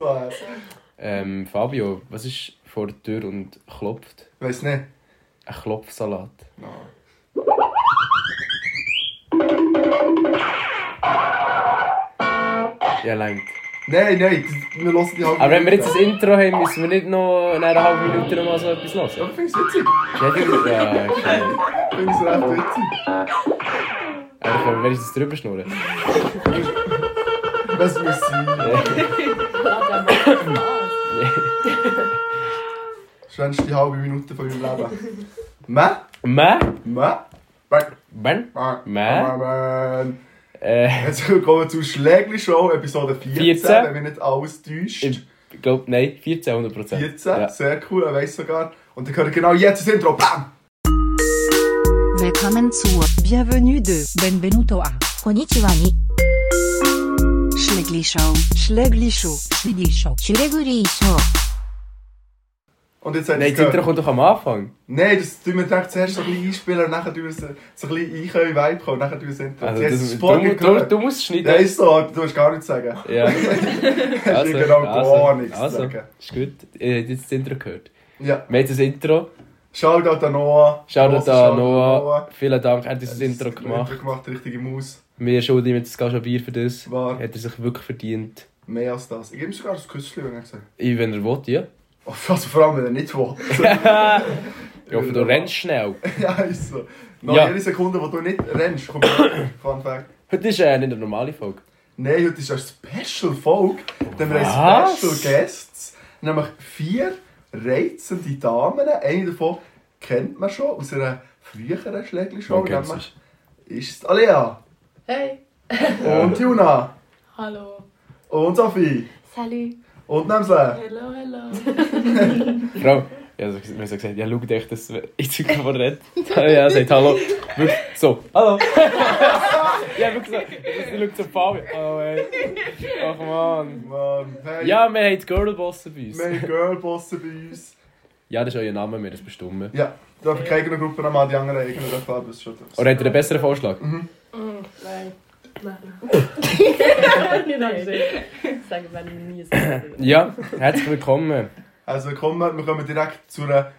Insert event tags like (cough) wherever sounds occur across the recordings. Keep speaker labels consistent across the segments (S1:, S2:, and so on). S1: War.
S2: Ähm, Fabio, was ist vor der Tür und klopft?
S1: Weiß nicht.
S2: Ein Klopfsalat.
S1: Nein.
S2: Ja, lenkt.
S1: Nein, nein, das- wir hören die halbe
S2: Aber wenn wir jetzt
S1: Minute.
S2: ein Intro haben, müssen wir nicht noch in einer halben Minute noch mal so etwas
S1: Ja,
S2: hören.
S1: aber ich finde es witzig.
S2: Ja, du- ja, schön.
S1: Ich finde es recht witzig.
S2: Aber können wir wenigstens drüber schnurren?
S1: Das muss sein. Schönste die halbe Minute von meinem Leben. Meh?
S2: Mä?
S1: Meh? Meh?
S2: Ben?
S1: Meh?
S2: Meh?
S1: Meh?
S2: Äh,
S1: Herzlich willkommen zu Schlägli Show, Episode 14,
S2: 14.
S1: wenn mich nicht alles täuscht.
S2: ich glaube, nein, 14, 100 Prozent.
S1: 14, sehr cool, er weiß sogar. Und dann hören genau jetzt das Intro. Bam!
S3: Willkommen zur
S4: Bienvenue de Benvenuto a
S3: Konnichiwa ni Schlägli Show.
S4: Schlegli Show. Schlegli Show.
S3: Schlägli Show.
S1: Und jetzt hat
S2: Nein, das
S1: gehört.
S2: Intro kommt doch am Anfang.
S1: Nein, das tun wir direkt zuerst so ein bisschen einspielen und nachher tun wir es so ein bisschen einkaufen, Vibe kommen, nachher tun wir es Intro.
S2: Also,
S1: Jetzt
S2: das,
S1: ist
S2: du,
S1: es vorhin
S2: du, du,
S1: gehört.
S2: du
S1: (laughs)
S2: musst
S1: Ja,
S2: schneiden.
S1: ist so, aber du hast gar nichts zu sagen.
S2: Ja. (laughs)
S1: Also, genau gar nichts zu
S2: also,
S1: sagen.
S2: ist gut. Ihr habt jetzt das Intro gehört.
S1: Ja.
S2: Wir haben das Intro.
S1: Shoutout an Noah.
S2: Shoutout
S1: Grossen
S2: an
S1: Shoutout
S2: Noah. Vielen Dank, er hat uns das Intro
S1: Hat
S2: gemacht.
S1: Intro gemacht, richtige Maus.
S2: Wir schulden ihm jetzt gar schon Bier für das.
S1: Wahr.
S2: Hat er sich wirklich verdient.
S1: Mehr als das. Ich gebe ihm sogar ein Küsschen, wenn er gesagt
S2: Ich, wenn er will, ja.
S1: Oh, also vor allem, wenn er nicht will.
S2: (laughs) Ich hoffe, du rennst (laughs) schnell.
S1: ja, ist so. Nach
S2: Ja.
S1: jeder Sekunde, wo du nicht rennst, kommt
S2: (coughs)
S1: ein Fun Fact.
S2: Heute ist äh, nicht eine normale Folge.
S1: Nein, heute ist eine Special-Folge. Denn wir haben
S2: Was?
S1: Special Guests. Nämlich vier reizende Damen. Eine davon kennt man schon aus einer früheren Schlägli-Show.
S2: Man kennt's
S1: nämlich Ist es Alea.
S5: Hey!
S1: Und Juna.
S5: Hallo!
S1: Und Sophie.
S5: Salut!
S1: Und Nemsle.
S5: Hello, hello!
S2: Frau, ich habe so gesagt, ja, schau dich, dass ich zu davon (laughs) rede. Ah, Ja, er sagt Hallo. Wirklich so, Hallo. (laughs) ja, wirklich so. Ich schaue zu Fabio. Oh, ey. Ach, Mann.
S1: Mann, Ähm, hey.
S2: Ja, wir haben die Girlbossen bei
S1: Wir
S2: uns.
S1: haben Girlbossen bei uns.
S2: Ja, das ist euer Name, wir das bestimmen.
S1: Ja, ich darf keine eigene Gruppe nochmal die anderen eigenen dürfen, aber es ist schon drauf.
S2: Oder habt ihr einen besseren Vorschlag?
S1: Mhm.
S5: Nein. Nein. Nein. Sagen wir nie so.
S2: Ja, herzlich willkommen.
S1: Also willkommen, wir kommen direkt zu einer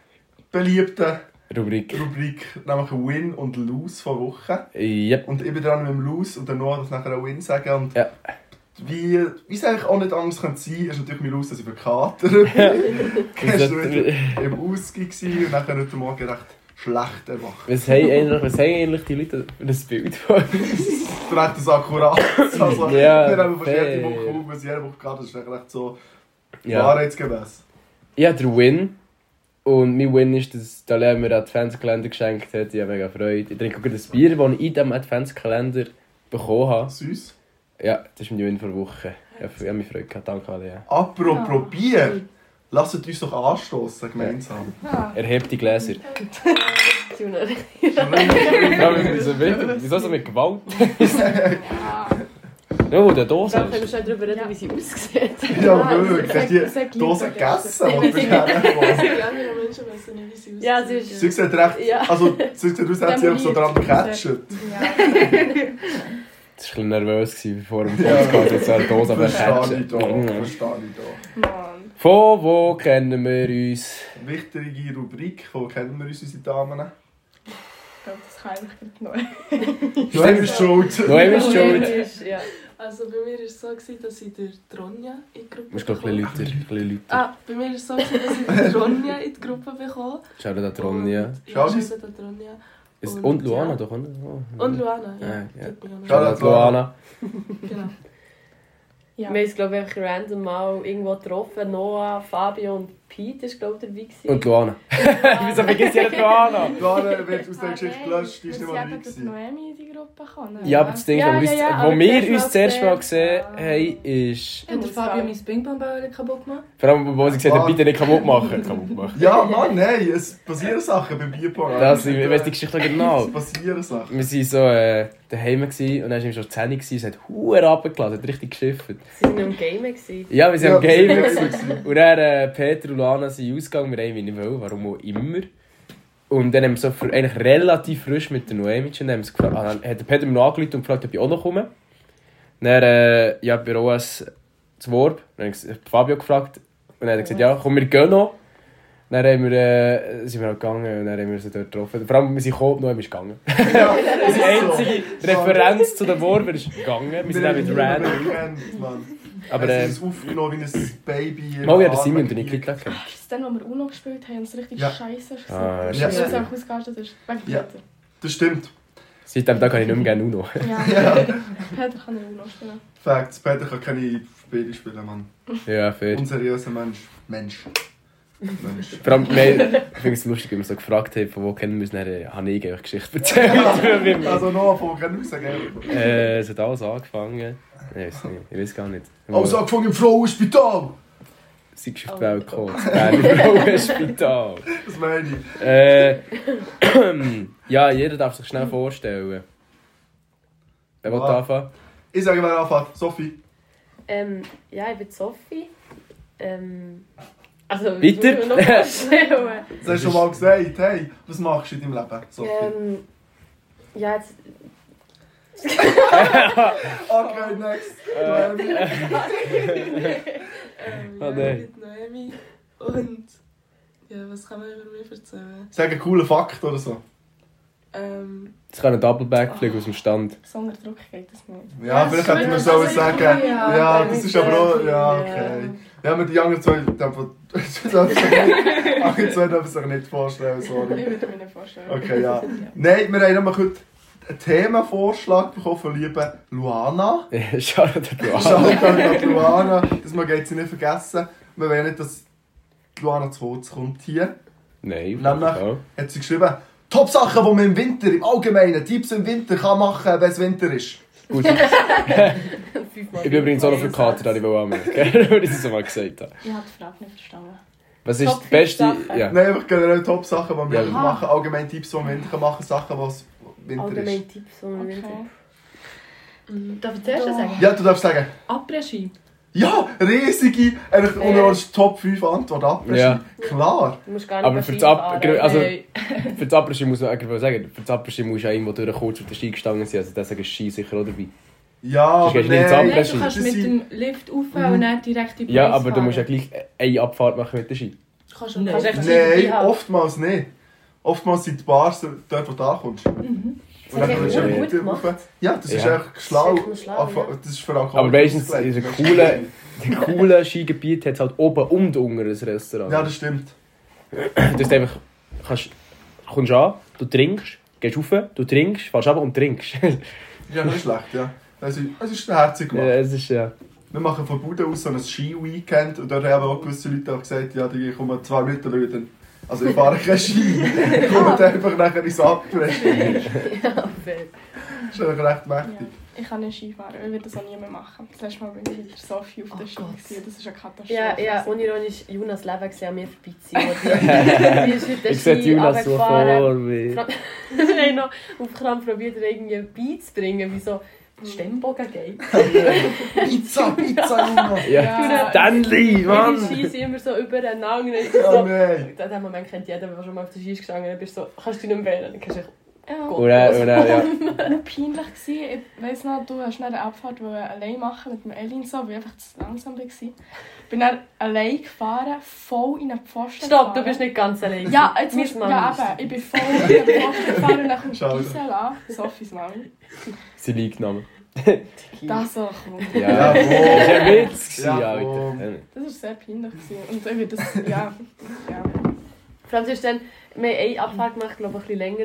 S1: beliebten
S2: Rubrik.
S1: Rubrik, nämlich Win und Lose von Woche. (laughs)
S2: Yep.
S1: Und ich bin dran mit dem Lose und dann Noah darf nachher auch Win sagen. Und
S2: Ja.
S1: wie, wie es eigentlich auch nicht anders könnte sein, ist natürlich mein Lose, dass ich verkatert
S2: (laughs)
S1: bin. Gestern wieder im Ausgang gewesen und nachher heute Morgen recht schlecht erwacht.
S2: Was haben eigentlich, was haben eigentlich die Leute für ein (laughs) Bild von uns?
S1: Du recht das
S2: (laughs)
S1: akkurat. Also,
S2: Ja,
S1: wir haben fast jede
S2: fair.
S1: Woche auf, wir sind jede Woche gehabt, das ist eigentlich recht so
S2: Ja.
S1: wahrheitsgemäß.
S2: Ich habe den Win. Und mein Win dus ist, dass der Lehrer mir einen Adventskalender geschenkt hat. Ich habe mega Freude. Ich trinke gerade das Bier, das ich in diesem Adventskalender bekommen habe.
S1: Süß.
S2: Ja, das ist mein Win vor Woche. Ich habe- ich habe mich Freude gehabt. Danke, Alia.
S1: Apropos Bier, lasst uns doch anstoßen gemeinsam.
S2: Erhebt die Gläser.
S5: Tuna.
S2: Ja, wieso wieso so mit Gewalt? Nur, der Dose
S5: Da können wir
S2: ist.
S5: schnell drüber reden, wie sie aussehen.
S1: Ja, wirklich.
S6: sag-
S1: Ich habe
S6: sag
S1: die
S6: lieber
S1: Dose
S6: vergessen.
S1: gegessen, die ich habe.
S6: Die anderen Menschen wissen nicht, wie sie aussehen.
S5: Ja, sie ist.
S1: Sie sieht recht.
S5: Ja.
S1: Also, sie sieht aus, als hätte sie einfach so dran gecatcht.
S2: Ich war ein bisschen nervös gewesen vor dem
S1: Ja.
S2: Podcast. Jetzt wäre die Dose aber
S1: Verstehe ich da.
S2: catchen.
S1: Verstehe ich da.
S6: Mann.
S2: Von wo kennen wir uns?
S1: Wichtige Rubrik, von wo kennen wir uns, unsere Damen?
S6: Ich glaube, das kann eigentlich nicht neu.
S1: Du bist schuld.
S2: Noemi ist schuld.
S5: Sie ist- Ja.
S6: Also bei mir war es so, gewesen, dass ich der Tronja in die Gruppe
S2: Du musst gleich ein
S6: bekomme.
S2: bisschen lauter. ein bisschen lauter.
S6: Ah, bei mir war es so, gewesen, dass ich der Tronja in die Gruppe bekomme.
S2: Schau dir da (laughs) Tronja.
S6: Und-
S1: Schau,
S6: Ja,
S1: sie-
S6: schau dir Tronja.
S2: Ist-
S6: Und,
S2: Und Luana
S6: ja.
S2: doch, oder? Oh.
S6: Und Luana, ja.
S2: Ja, ja.
S6: Tut mir
S1: Schau
S6: leid.
S2: Shoutout Luana.
S6: Genau.
S5: Wir
S6: Ja.
S5: haben uns, glaube ich, einfach random mal irgendwo getroffen. Noah, Fabio und Pete ist, glaube ich, dabei.
S2: (laughs)
S5: gewesen.
S2: Und Luana. Wieso vergisst ihr Luana?
S1: Luana wird aus der Geschichte gelöscht, die ist nicht mal dabei.
S6: dass
S1: gewesen.
S6: Noemi in die Gruppe kann.
S2: Ja, aber das Ding,
S5: Ja,
S2: wo, uns,
S5: ja, ja,
S2: wo
S5: aber
S2: wir
S5: zuerst
S2: uns
S5: mal
S2: zuerst mal gesehen
S5: gesehen.
S2: haben, ist...
S6: Ja, der Fabio mein
S5: Ping-Pong-Bäuerchen kaputt gemacht.
S2: Vor allem, wo sie gesagt hat,
S1: Ah.
S2: bitte nicht kaputt machen. Kaputt machen.
S1: Ja, Mann, nein, es passieren Sachen beim Bierpong.
S2: Das, ich weiss die Geschichte noch genau.
S1: Es passieren Sachen.
S2: Wir waren so äh, daheim gewesen, und dann war ihm schon 10 Uhr, gewesen, es hat verdammt abgeladen, hat richtig geschifft.
S5: Sie waren im Game. gewesen.
S2: Ja, wir waren am
S1: Ja,
S2: Game.
S1: wir sind
S2: gewesen. Und dann äh, Peter und Lana sind ausgegangen, wir haben ihn nicht wollen, warum auch immer. Und dann haben wir so fr- eigentlich relativ frisch mit der Noemi schon haben sie gefragt, ah, dann hat der Peter mir noch angerufen und gefragt, ob ich auch noch komme. Dann äh, ja, bei Roas zu Worb. Dann habe ich Fabio gefragt. Und dann hat er gesagt, ja, komm, wir gehen noch. Dann haben wir, äh, sind wir halt gegangen und dann haben wir sie dort getroffen. Vor allem, wir sind gekommen, noch einmal gegangen. (laughs)
S1: Genau.
S2: Die einzige Referenz zu den Worben ist gegangen. Wir sind auch mit Random. Aber
S1: Aber
S2: äh,
S1: es ist aufgenommen wie ein Baby. in
S2: mal
S1: den
S2: wieder Simon
S1: Armen
S2: und ich
S1: liegt.
S2: gedacht.
S3: Ach, das ist dann, wo wir UNO gespielt haben, und es richtig
S1: Ja.
S3: scheiße ist.
S2: Ah,
S3: gewesen.
S1: ja.
S3: Weil es auch ausgeartet ist. Wegen
S1: Ja.
S3: Peter.
S1: (laughs) Das stimmt.
S2: Seit dem Tag habe ich nicht mehr gerne Uno. (laughs)
S3: Ja.
S1: Ja.
S3: (laughs) Peter kann nicht UNO spielen.
S1: Facts. Peter kann keine Spiele spielen, Mann.
S2: Ja, fair.
S1: Unseriöser Mensch. Mensch.
S2: (laughs)
S1: Mensch.
S2: Vor allem, wir- ich finde es lustig, wenn wir so gefragt haben, von wo kennen wir uns, dann äh, habe ich eigentlich Geschichte (laughs) erzählt.
S1: Also noch von raus, gell?
S2: äh, es hat alles angefangen. Ich weiß nicht, ich weiß gar nicht.
S1: Also angefangen im Frauenspital!
S2: Sie geschickt oh. willkommen, das Berner Frauenspital.
S1: Das meine ich.
S2: Äh, (clears throat) ja, jeder darf sich schnell vorstellen. Wer will
S1: Ja.
S2: anfangen?
S1: Ich sage, wer anfängt. Sophie.
S5: Ähm, ja, ich bin Sophie. Ähm, also,
S2: Weiter.
S5: muss ich mir noch
S2: (laughs)
S5: vorstellen.
S1: Das hast du schon mal gesagt. Hey, was machst du in deinem Leben, Sophie?
S5: ähm, ja, jetzt,
S1: Okay, next.
S2: Äh.
S1: Noemi.
S6: Ähm,
S2: Ah,
S6: ja,
S2: nein.
S6: ich bin Noemi. Und ja, was kann man über mich erzählen?
S1: Sag einen coolen Fakt oder so.
S6: Ähm,
S2: Jetzt kann ein Double Backflip aus dem Stand. (laughs)
S3: So unter Druck geht das nicht.
S1: Ja, vielleicht hätte man
S3: Also,
S1: so
S3: ich-
S1: sagen.
S3: ja,
S1: Ja,
S3: dann
S1: das
S3: ist
S1: ist aber auch. Ja,
S5: ja.
S1: okay. Ja, mit den anderen zwei (laughs) dürfen die anderen zwei dürfen sich nicht vorstellen, sorry.
S3: Ich würde mir nicht vorstellen.
S1: Okay, ja. Nein, wir haben nämlich heute einen Themenvorschlag bekommen von lieben Luana.
S2: Schade, der Bra.
S1: Schaut an Luana, das man geht sie nicht vergessen. Wir wollen nicht, dass die Luana zu kurz kommt hier.
S2: Nein,
S1: Nämlich
S2: auf jeden Fall.
S1: hat sie geschrieben, Top-Sachen, die man im Winter, im Allgemeinen, Tipps im Winter kann machen, wenn es Winter ist.
S2: Gut, ich
S5: fünfmal.
S2: bin übrigens auch noch für Kater, da ich will (laughs) anmerken. Weil ich es so mal gesagt habe.
S3: Ich habe die Frage nicht verstanden.
S2: Was ist
S5: Top
S2: das
S5: fünf
S2: Beste?
S5: Sachen.
S2: Ja.
S1: Nein, einfach generell Top-Sachen, die man
S2: Ja.
S1: Winter machen kann. Allgemein Tipps, die man im Winter kann machen Sachen, die es Winter ist.
S5: Allgemein Tipps, die man
S3: Okay.
S5: okay. Ähm,
S3: Darf ich zuerst sagen?
S1: Ja, du darfst sagen,
S6: Après-Ski.
S1: ja, riesige, eigentlich
S3: Äh.
S1: unter uns Top 5 Antwort ab.
S2: Ja.
S1: Klar.
S5: Du musst gar nicht
S2: Aber für das
S5: Ski
S2: Ab...
S5: fahren.
S2: genau, Also,
S6: Nein.
S2: (laughs) für das Abrischi muss man eigentlich sagen, für das Abrischi muss ja irgendwo durch kurz auf den Ski gestanden sein. Also deswegen ist Ski sicher auch dabei.
S1: Ja, aber
S2: gehst du nicht ins
S1: nein.
S2: Abend.
S3: Nein,
S2: Abreski.
S3: du kannst mit dem Lift auf und dann direkt in die
S2: Ja,
S3: Base
S2: aber du musst ja
S3: fahren.
S2: gleich eine Abfahrt machen mit dem Ski.
S6: Du kannst schon
S5: Nein.
S6: kommen.
S5: Ist echt-
S1: Nein,
S5: Ja.
S1: oftmals nicht. Oftmals sind die Bars dort, wo du ankommst. Und dann
S5: Das
S1: kommst
S5: ist
S2: Äh,
S1: du
S5: echt
S1: mit
S5: gut gemacht.
S1: rauf. Ja, dus das ist
S2: Ja.
S1: echt schlau.
S5: Das ist echt schlau, ja.
S1: Das ist vor allem
S2: Aber meistens in einem coolen, in einem coolen Skigebiet hat es halt oben und unten ein Restaurant.
S1: Ja, das stimmt.
S2: Du hast einfach, kannst, kommst an, du trinkst, gehst rauf, du trinkst, fährst runter und trinkst. (laughs)
S1: Ja, nicht schlecht, ja. Also, es ist herzig
S2: Ja,
S1: gemacht.
S2: es ist ja...
S1: Wir machen von Bude aus so ein Ski-Weekend und dort haben auch gewisse Leute auch gesagt, ja, die kommen zwei Minuten Leute. Also ich fahre keinen Ski, ich komme dann einfach nachher ins Abbrett. Das ist eigentlich recht mächtig.
S3: Ich kann nicht Skifahren, weil ich würde das auch nie mehr machen. Das letzte Mal bin ich mit der Sophie auf der
S5: Oh
S3: Ski.
S5: Gott.
S3: gewesen, Das ist eine Katastrophe.
S5: Ja, ja, unironisch, Jonas Leben gesehen an
S2: (laughs)
S5: mir vorbeiziehen. Die ist heute
S2: Ich sehe
S5: Ski
S2: Jonas so
S5: runtergefahren. (laughs)
S2: vor mir.
S5: Wir haben noch auf Kram probiert, ihr irgendwie beizubringen, wie so Stemmbogen geht.
S1: Pizza, Pizza, Luna!
S2: Ja.
S5: Ja.
S2: Stanley,
S5: Mann!
S2: (laughs) Mann!
S5: Die Ski sind immer so übereinander. Es ist
S1: Oh
S5: So,
S1: nein!
S5: in diesem Moment kennt jeder, der schon mal auf den Ski ist gegangen ist, so, kannst du dich nicht mehr wehren. Dann kannst du dich-
S3: Ja.
S5: Gott.
S2: Und dann, und dann, ja.
S3: war peinlich. Gewesen. Ich weiss noch, du hast dann eine Abfahrt wollen allein machen mit dem Elin so, weil ich einfach zu langsam war. Ich bin dann allein gefahren, voll in einen
S2: äh,
S3: Pfosten
S5: Stopp, du
S3: gefahren.
S5: bist nicht ganz allein.
S3: Ja, jetzt
S5: Meine
S3: musst du...
S5: Mami
S3: Ja, eben,
S5: ist-
S3: ich bin voll in den Pfosten gefahren und dann kommt
S1: Schade.
S3: Gisela, Sophies Mami.
S2: Sie liegt genommen.
S3: Das so, komm.
S2: Ja. Das
S1: Jawohl!
S2: war ein Witz, gewesen,
S1: Ja,
S2: Alter.
S3: Das war sehr peinlich. Gewesen. Und ich würde das... Ja. ja.
S5: Vor allem, sie ist dann, wir haben eine Abfahrt gemacht, die ein bisschen länger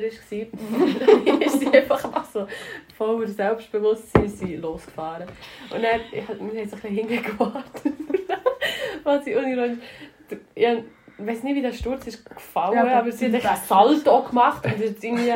S5: war. (laughs) dann ist sie einfach mal so voller Selbstbewusstsein ist sie losgefahren. Und dann ich, hab- wir haben so ein bisschen hingewartet. (laughs) Was sie unironisch... Ich weiß nicht, wie der Sturz ist gefallen,
S3: Ja, aber-
S5: aber sie hat echt einen Salto gemacht und jetzt irgendwie...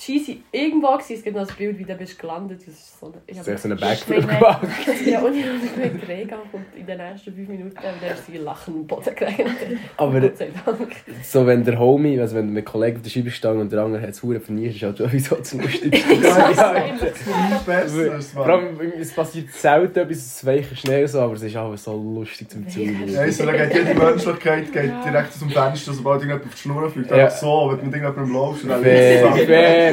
S5: Die Scheiße irgendwo gewesen. Es gibt noch ein Bild, wie du bist gelandet. Das ist so eine, ich
S2: Du
S5: hab-
S2: hast echt so einen
S5: Ich
S2: Backflip
S5: meine-
S2: gemacht.
S5: Ja, unironisch mit Träger und in den nächsten fünf Minuten haben wir sie lachen am Boden gekriegt.
S2: Aber
S5: Gott sei Dank.
S2: so, wenn der Homie, also wenn du mit Kollegen auf der Scheibe stand und der andere hat es verdammt verniert, ist halt (laughs) sowieso das
S1: Ja,
S2: Lustigste. Ja.
S1: das ist viel besser,
S2: Vor
S1: Mann.
S2: allem, es passiert selten etwas, es weichen schnell so, aber es ist auch so lustig zum Zuhören.
S1: Ja, also, da geht jede Menschlichkeit geht direkt aus dem Fenster, sobald irgendjemand auf die Schnur fliegt.
S2: Ja.
S1: Einfach so, wenn man irgendjemand im Lauf schnell
S2: Fair, fair.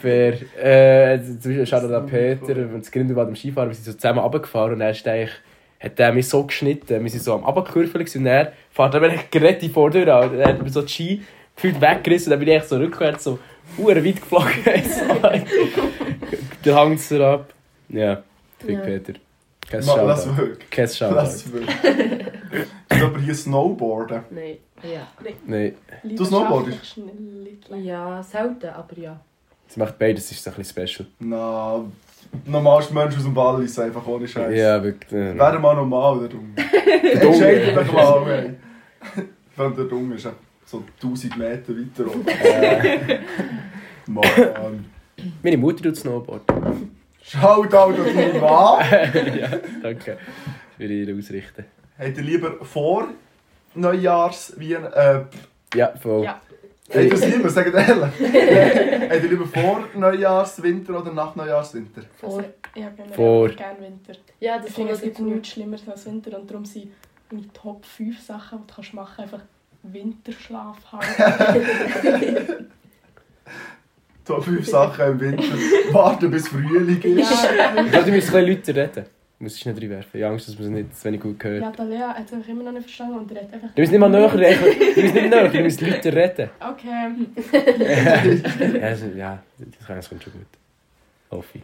S2: Fair. Äh, jetzt zum Beispiel schade an Peter, wenn das Grindelwald am Skifahren, wir sind so zusammen runtergefahren und er ist eigentlich hat er mich so geschnitten. Wir waren so am Abkürfeln und er fährt er mir echt (laughs) gerade vor dir an. Er hat mir so die Ski gefühlt weggerissen und dann bin ich echt so rückwärts so uhr weit geflogen. (laughs) Der Hang ist er ab. Ja, Fick
S5: Ja.
S2: Peter. Kein
S1: Ma- Lass
S2: Shoutout.
S1: wirklich.
S2: Kein Shoutout.
S1: Lass wirklich. Ich aber hier Snowboarden.
S5: Nein. Ja.
S2: Nein,
S1: Du snowboardest?
S5: Ja, selten, aber ja.
S2: sie macht beides, das ist so ein bisschen special.
S1: Na, normalste Mensch aus dem Wallis einfach ohne Scheiß.
S2: Ja, wirklich. äh,
S1: Wäre mal normal, der Dung.
S2: Dunge.
S1: genau. Entscheidet euch (laughs) mal, ey. Wenn der Dung ist, so 1000 Meter weiter oben. (laughs) Mann.
S2: Meine Mutter tut Snowboard.
S1: Schaut auch das nicht an.
S2: (laughs) ja, danke für Ihre Ausrichten.
S1: Habt ihr lieber vor Neujahrs wie ein. Äh,
S2: Ja, voll.
S3: Ja.
S1: hey, das lieber, sagt ehrlich. Habt ihr lieber vor Neujahrswinter oder nach Neujahrswinter?
S5: Vor.
S3: Also, Ich habe generell
S2: Vor.
S3: gerne Winter. Also,
S5: Ja, das
S3: Ich finde, es
S5: kommt
S3: gibt
S5: dazu.
S3: nichts Schlimmeres als Winter und darum sind meine Top 5 Sachen, die du kannst machen kannst, einfach Winterschlaf haben.
S1: So fünf Sachen im Winter. Warten bis Frühling ist.
S2: Ich glaube, du musst ein bisschen lauter reden. Du musst es nicht reinwerfen. Ich habe Angst, dass man es nicht zu wenig gut hört.
S3: ja, die Lea hat es einfach immer noch nicht verstanden und redet einfach...
S2: Du musst nicht mal näher reden. Du musst nicht näher, du musst lauter reden.
S3: Okay.
S2: Ja, also, ja das, kann, das kommt schon gut. Hoffe ich.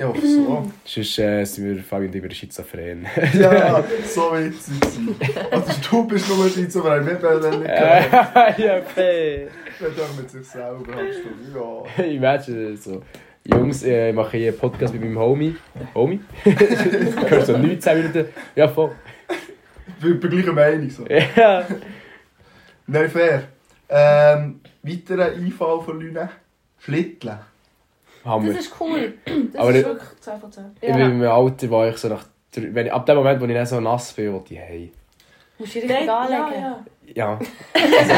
S1: Ja, so.
S2: Sonst äh, sind wir fangen über schizophren.
S1: Ja, so witzig. sein. Also du bist nur ein Scheißer, wir wollen nicht
S2: Äh.
S1: hören.
S2: ja, okay.
S1: Wenn doch mit sich selber hast du, ja.
S2: (laughs) Imagine so. Jungs, äh, ich mache hier einen Podcast mit meinem Homie. Homie? (laughs) Ich höre so 19 Minuten. Ja, voll.
S1: Ich bin bin gleicher Meinung. So.
S2: Ja.
S1: Nein, fair. Ähm, weiterer Einfall von Leuten. Schlitteln.
S2: Hammer.
S5: Das ist cool.
S6: Das
S2: Aber-
S6: ist wirklich 10 von 10.
S2: Ich bin
S5: Ja.
S2: im Alter, wo ich so nach... drei- Wenn ich, ab dem Moment, wo ich dann so nass bin, will ich hey.
S5: Musst du dich richtig
S6: ja,
S5: anlegen.
S6: ja.
S2: Ja. Also,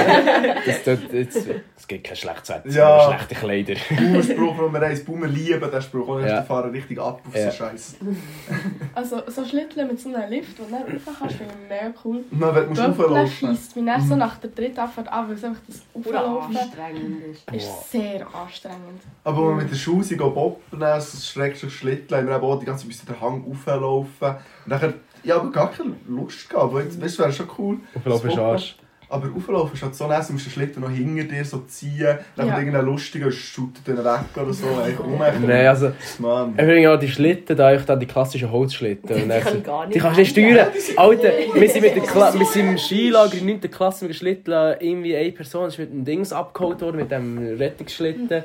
S2: das, das, das, es gibt kein schlechtes Wetter,
S1: Ja.
S2: nur schlechte Kleider.
S1: Boomer-Spruch Nummer 1. Boomer lieben den Spruch. Und
S2: Ja.
S1: ja. fahren richtig ab auf
S2: Ja.
S1: so Scheiß.
S3: Also, so Schlitteln mit so einem Lift, den du dann rauf kannst, finde ich mega cool.
S1: Man wird musst
S3: Böppeln
S1: rauflaufen.
S3: scheisst mich dann so nach der dritten Abfahrt an, weil es einfach das Auflaufen
S5: anstrengend ist.
S2: Wow.
S3: ist sehr anstrengend. (laughs)
S1: Aber wenn man mit der Schuhe sie boppen, schrägstrich schlitteln, wir haben auch die ganze Zeit müssen den Hang rauflaufen. Und nachher, ich habe gar keine Lust gehabt. weil jetzt- Weißt du, wäre schon cool.
S2: Auflauf ist Arsch.
S1: Aber rauflaufen ist halt so nass, du musst den Schlitten noch hinter dir so ziehen. Dann
S3: Ja.
S1: kommt irgendein Lustiger und shootet den weg oder so. Ey, komm,
S2: (laughs) Nein, also,
S1: Mann.
S2: ich bringe auch die Schlitten, da ich dann die klassischen Holzschlitten. Und
S5: (laughs) Die
S2: dann
S5: kann
S2: so,
S5: ich gar nicht.
S2: die kannst du nicht steuern. Alter, wir sind, mit der Kla wir sind im Skilager in 9. Klasse mit Schlitten. Irgendwie eine Person ist mit einem Dings abgeholt worden, mit dem Rettungsschlitten.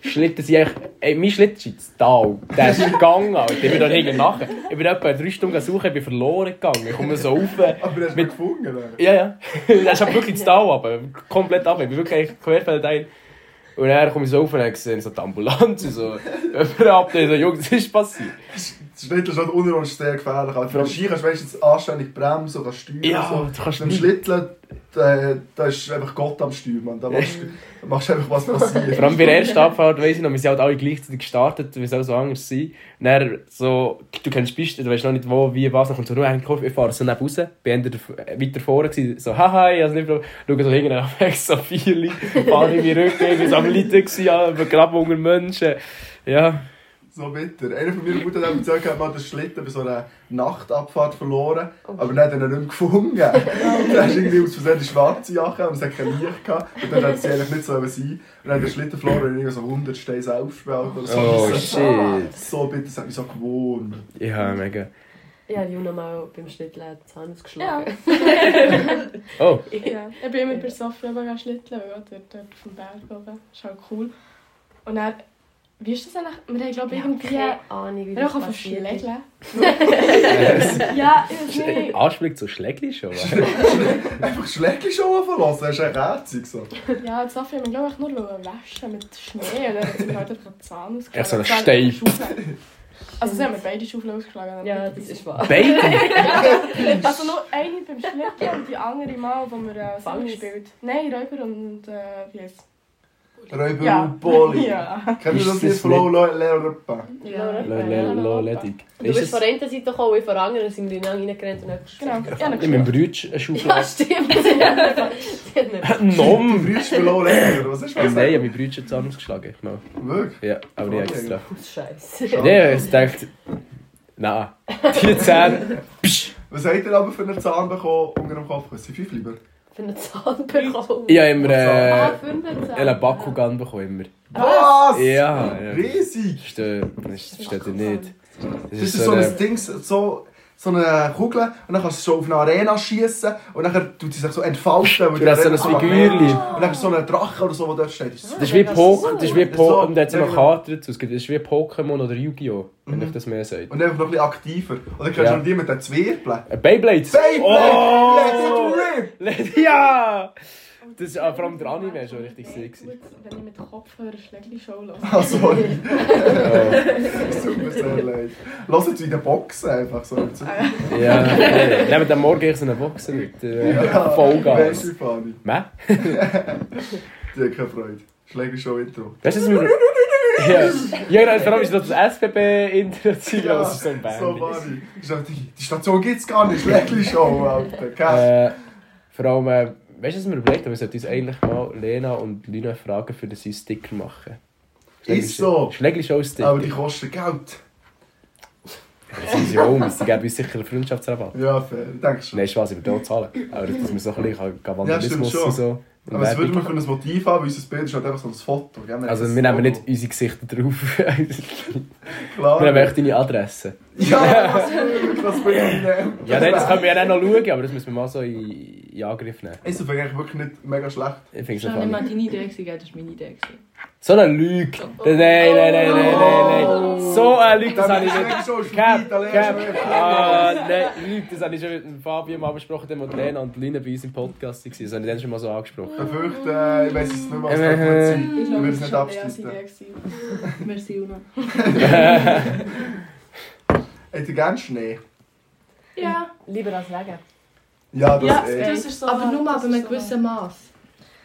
S2: Schlitten sind echt... Ey, mein Schlitten ist jetzt da. Der ist gegangen, Alter. Ich bin da hinten nachher. Ich bin etwa drei Stunden suchen, ich bin verloren gegangen. Ich komme so rauf.
S1: Aber du hast mich gefunden. oder?
S2: Ja, ja. (laughs) Er ist halt wirklich zu Tal aber komplett ab. Ich bin wirklich querfeld ein. Und dann komme ich so auf und dann sehe ich so die Ambulanz und so. (laughs) Jemand ab, der so, Jungs, was ist passiert?
S1: Das Schlitten ist halt unruhig sehr gefährlich. Also, beim Ski kannst du wenigstens anständig bremsen oder steuern.
S2: Ja,
S1: so.
S2: du kannst
S1: Beim
S2: nicht.
S1: Schlitteln, da, da ist einfach Gott am Steuer, Mann. Da machst du da machst du einfach, was
S2: Vor
S1: passiert.
S2: allem bei der ersten Abfahrt, weiss ich noch, wir sind halt alle gleichzeitig gestartet, wie soll es auch anders sein? Und dann so, du kennst die Piste, du weißt noch nicht wo, wie, was, dann kommt so nur ein Kopf, ich fahre so neben raus, bin entweder f- weiter vorne gewesen, so, haha, ich hab's nicht probiert, schau so hinten auf weg, so viele Leute, fahre in meinen Rücken, ich bin so am Leiden gewesen, ja, begraben unter Menschen, ja.
S1: So bitter. Einer von mir Mutter hat mir gesagt, er hat mal den Schlitten bei so einer Nachtabfahrt verloren. Aber dann hat er ihn nicht mehr gefunden. Dann hast du irgendwie aus Versehen eine schwarze Jacke und es hat kein Licht gehabt. Und dann hat sie eigentlich nicht so sein. Und dann hat der Schlitten verloren und irgendwie so 100 Steine aufgespielt oder so.
S5: Oh,
S1: So bitter, das hat mich so gewohnt.
S2: Ja, mega.
S5: Ja, Juna mal beim Schnittlauch den Zahn ausgeschlagen.
S2: Oh,
S3: Ja, ich bin immer bei Sophie oben schlitteln, weil dort, dort auf dem Berg oben. Ist halt cool. Und dann, wie ist das eigentlich? Wir haben, glaube ich,
S5: Ich habe
S3: irgendwie.
S5: keine Ahnung, wie
S3: Wir
S5: das
S3: haben auch auf Ski
S5: passiert ist.
S3: legen. ja, ich weiß nicht.
S2: Anspielung zu Schlägli schon.
S1: Einfach Schläge schon verlassen, das ist echt herzig so.
S3: Ja, die Sophie haben wir, glaube ich, nur wollen waschen mit Schnee. Und dann hat sie mir halt einfach den Zahn ausgeschlagen.
S2: Echt so ein
S3: Das war
S2: Stein.
S3: Schaufel. Also, sie haben mir beide Schaufeln ausgeschlagen.
S5: Ja, das ist wahr.
S2: Beide?
S3: Also nur eine beim Schlitten und die andere Mal, wo wir äh,
S5: Falsch.
S3: Singen spielt. Nein, Räuber und äh, wie heißt
S1: Räuber
S3: Ja.
S1: und Poli.
S3: Ja.
S1: Kennt ihr
S2: Ist
S1: das
S2: das
S1: Lied von
S2: nicht-
S1: Lola Lerpa?
S5: Ja.
S2: Loledig.
S5: Du bist von der einen Seite gekommen und von der anderen sind wir dann reingerannt und dann
S3: Genau. Ja,
S2: Ich
S3: dann
S2: mein Brütsch eine
S5: Ja, (laughs)
S2: Schublade.
S5: stimmt. Sie haben einfach- sie haben einfach-
S1: Du
S2: (laughs) Nom!
S1: brüllst von Lola Lerpa, was ist das?
S2: Nein, ich habe meinen Brütsch jetzt angeschlagen. Genau.
S1: Wirklich?
S2: Ja, aber nicht extra.
S5: Scheiße.
S2: Nein, ich dachte, nein. Die Zähne, psch,
S1: Was habt ihr aber für einen Zahn bekommen unter dem Kopf? Es sind fünf lieber.
S5: Für einen Zahn bekommen.
S2: Ich habe immer äh,
S5: Ah, für einen Zahn.
S2: einen Bakugan bekommen. Immer.
S1: Was?
S2: Ja, ja.
S1: Riesig!
S2: Verstehe, das versteht ihr nicht.
S1: Das ist so ein Ding, so, so eine Kugel und dann kannst du so auf eine Arena schießen und dann tut sie sich so entfalten. weil die
S2: Du hast so
S1: Arena-
S2: ein Figürchen.
S1: Und dann ist so ein Drache oder so, der dort steht. Das ist so-
S2: Das ist wie Pokémon, das ist wie
S1: So,
S2: Pokémon, und der hat so
S1: ja,
S2: noch
S1: genau.
S2: Karten dazu. Es gibt- Das ist wie Pokémon oder Yu-Gi-Oh!
S1: Mhm.
S2: Wenn ich das mehr sage.
S1: Und einfach noch ein bisschen aktiver. Und dann kannst
S2: Ja.
S1: du noch die mit den Zwirbeln.
S2: Äh, Beyblades!
S1: Beyblade!
S2: Oh!
S1: Let's rip! (laughs)
S2: (laughs) ja! Das ist, ah, vor allem der Anime war schon richtig
S3: Sehr
S2: sick.
S3: gut, Wenn ich mit Kopfhörer Schlägli-Show
S2: (laughs)
S3: höre.
S1: Ah, sorry.
S2: Ja,
S1: Es tut mir sehr leid. Lass jetzt wieder Boxen einfach so.
S2: ja. Neben dem Morgen gehe ich so eine Boxen mit. Äh, Vollgas.
S1: Merci, Fanny.
S2: Mä?
S1: Die hat keine Freude. Schläger schon Intro.
S2: Weißt du, was wir. Ja, ja genau, vor allem ist das das SBB-Intro, das ist so ein
S1: So,
S2: Band.
S1: Fanny. Ich dachte, Die die Station gibt es gar nicht. Schläger schon, Alter. Kein-
S2: Äh, vor allem, äh, weißt du, was wir überlegt haben? Wir sollten uns eigentlich mal dus Lena und Lina fragen, für dass sie einen Sticker machen.
S1: Ist so.
S2: Schlägli-Show-Sticker.
S1: Aber
S2: Aber
S1: Oh, die kosten Geld.
S2: sind sie um, sie geben uns sicher einen Freundschaftsrabatt.
S1: Ja, fair. Denkst du?
S2: Nein, Spaß, ich würde auch zahlen. Aber dass wir so ein bisschen kann
S1: stimmt
S2: Vandalismus
S1: schon.
S2: und so. und
S1: Aber was
S2: Werbung-
S1: würde man für ein Motiv haben? Weil unser Bild ist halt einfach so ein Foto. gell?
S2: also
S1: haben
S2: wir
S1: das
S2: nehmen nicht
S1: Foto.
S2: unsere Gesichter drauf. (laughs) wir
S1: Klar.
S2: nehmen echt deine Adresse.
S1: Ja, das würde ich- das würde ich nehmen.
S2: Ja, nein, das können wir ja dann noch schauen, aber das müssen wir mal so in, in Angriff nehmen.
S1: Ist aber eigentlich wirklich nicht mega schlecht.
S2: Ich finde es
S7: Das war nicht mal
S2: einfach
S7: deine Idee, gewesen,
S5: dus
S7: gell? das war meine Idee. gewesen.
S2: So eine Lüge! Nein, nein, nein, nein, nein, nein. So eine Lüge, das
S1: Dann
S2: habe ich
S1: ist
S2: nicht...
S1: es schon
S2: Cap,
S1: vorbei, dann
S2: Cap.
S1: lernst du
S2: Ah, nein, Leute, das habe ich schon mit dem Fabian mal besprochen, dem und Lena und Lina bei uns im Podcast waren. Das habe ich dann schon mal so angesprochen.
S1: Ich fürchte, äh, ich weiß es nicht mehr, was
S2: Ähm,
S1: da passiert.
S3: Ich
S1: Ich
S3: glaube,
S1: würde
S3: das
S1: es
S3: war
S1: nicht
S3: schon Leas
S1: abschließen.
S3: Idee. gewesen.
S7: Merci, Una.
S1: Hätte gerne Schnee.
S3: Ja,
S5: Lieber als Regen.
S1: Ja, das
S3: Ja,
S1: eh.
S6: Das ist so
S7: Aber nur mal
S6: das
S7: bei
S6: ist
S7: einem
S6: so
S7: gewissen Maß.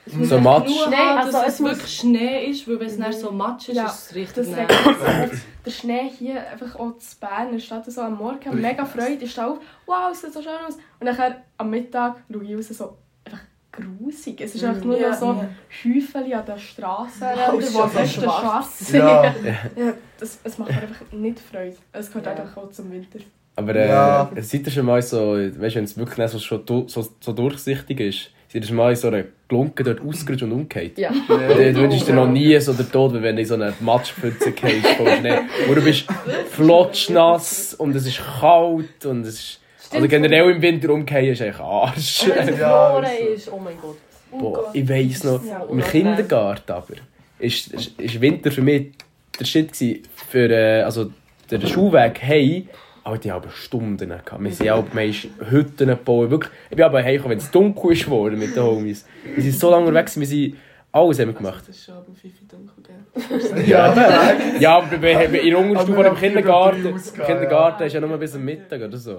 S7: Es
S2: So
S7: echt
S2: Matsch.
S7: genug
S5: Schnee,
S7: haben,
S5: also
S7: dass
S5: es
S7: es
S5: muss-
S7: wirklich Schnee ist, weil wenn es dann so matsch ist,
S3: Ja,
S7: ist es richtig
S3: das
S7: näher.
S3: sagt uns auch, der Schnee hier, einfach auch zu Bern, ist das so am Morgen, habe mega Freude, ich stehe auf, wow, es sieht so schön aus. Und dann am Mittag schaue ich raus, so einfach grusig. Es ist einfach nur noch so Häufchen an den Straßen, wo
S5: schon so
S3: fest schwarz sind.
S1: (laughs) Ja,
S3: (laughs) Ja, das, es macht mir einfach nicht Freude. Es gehört einfach auch zum Winter.
S2: Aber äh,
S1: Ja.
S2: seid ihr schon mal so, weißt du, wenn es wirklich dann so, schon du- so, so durchsichtig ist, seid ihr schon mal in so einer Glunke dort ausgerutscht und umgekehrt?
S5: Ja.
S2: Dann würdest Äh, du noch nie so der Tod, weil wenn du in so eine Matschpfütze gehst vom Schnee. Wo du bist flotschnass und es ist kalt und es ist... Also generell im Winter umgehen ist eigentlich Arsch.
S5: Wenn es
S1: Ja,
S5: gefroren
S1: das ist so.
S5: ist, oh mein Gott.
S2: Boah, ich weiss noch,
S5: Ja,
S2: im Kindergarten aber, ist, ist, ist Winter für mich der Shit gewesen, für, äh, also der Schulweg hey, aber die haben Stunden gehabt. Wir sind auch meist Hütten gebaut, wirklich. Ich bin aber heimgekommen, wenn es dunkel ist geworden mit den Homies. Wir sind so lange weg, wir sind alles haben wir gemacht.
S6: Das ist schon ab dem 5 Uhr dunkel, gell?
S2: Ja, ja aber bei, bei, in der
S1: Aber
S2: Unterstufe
S1: wir
S2: im
S1: haben viel
S2: Kindergarten,
S1: über die
S2: im
S1: ausgegangen,
S2: Kindergarten ist ja nur bis am Mittag oder so.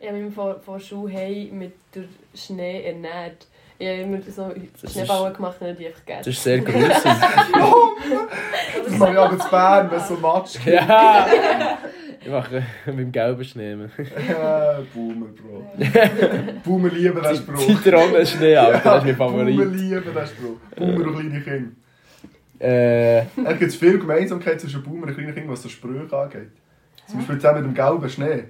S5: Ich habe mich vor, vor Schule hey mit der Schnee ernährt. Ich habe immer so
S2: ist-
S5: Schneebauer gemacht und die einfach
S2: Das
S5: gegessen.
S2: ist sehr gruselig.
S1: Das mache ich aber zu Bern, wenn es so Matsch gibt.
S2: ja! Ich mache beim Gelben Schnee. (laughs)
S1: Äh, Boomer, Bro. Boomer lieber den Spruch.
S2: Zitronen-Schnee, Alter, das ist mein
S1: Boomer
S2: Favorit.
S1: lieber den Spruch. Boomer und kleine Kinder.
S2: Äh,
S1: Es gibt viel Gemeinsamkeit zwischen Boomer und kleinen Kindern, was so Sprüche angeht. Zum Beispiel zusammen mit dem gelben Schnee.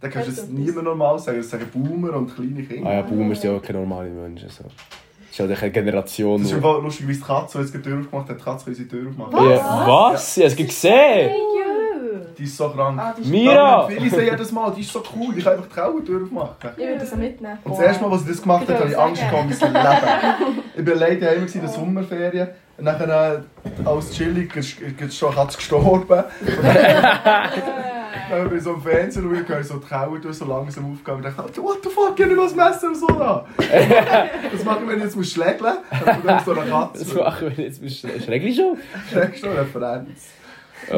S1: Da kannst du es niemand normal sagen. Das sagen Boomer und kleine Kinder.
S2: ah ja, Boomer sind ja auch keine normalen Menschen. So. Das ist halt eine Generation.
S1: Das ist
S2: nur.
S1: einfach lustig, wie die Katze, die jetzt die Tür aufgemacht hat, die Katze kann unsere Tür aufmachen.
S2: Ja, was? Ich habe es gesehen!
S1: Die ist so krank.
S3: Ah, die
S2: Mira!
S1: Viele sagen jedes Mal, die ist so cool, ich kann einfach die Augen durchmachen.
S3: Ich würde das auch mitnehmen.
S1: Und das erste Mal, als ich das gemacht habe, habe
S2: Genau,
S1: ich Angst gehabt um mein
S2: (laughs)
S1: Leben. Ich bin alleine daheim in der
S2: Oh.
S1: Sommerferien. Und dann, äh, als chillig, ist- ist schon hat es gestorben. Und dann, (laughs) dann bin ich so im Fernsehen und ich höre so die Kauer so langsam aufgehen. Und ich dachte, what the fuck, ich habe noch das Messer und so
S2: (laughs)
S1: da. Das machen wir jetzt, muss schlägeln. Und dann so eine (laughs)
S2: Das
S1: Katze.
S2: machen wir jetzt mit Schnee. Schrecklich schon?
S1: Schlägst du eine Referenz?
S2: Äh,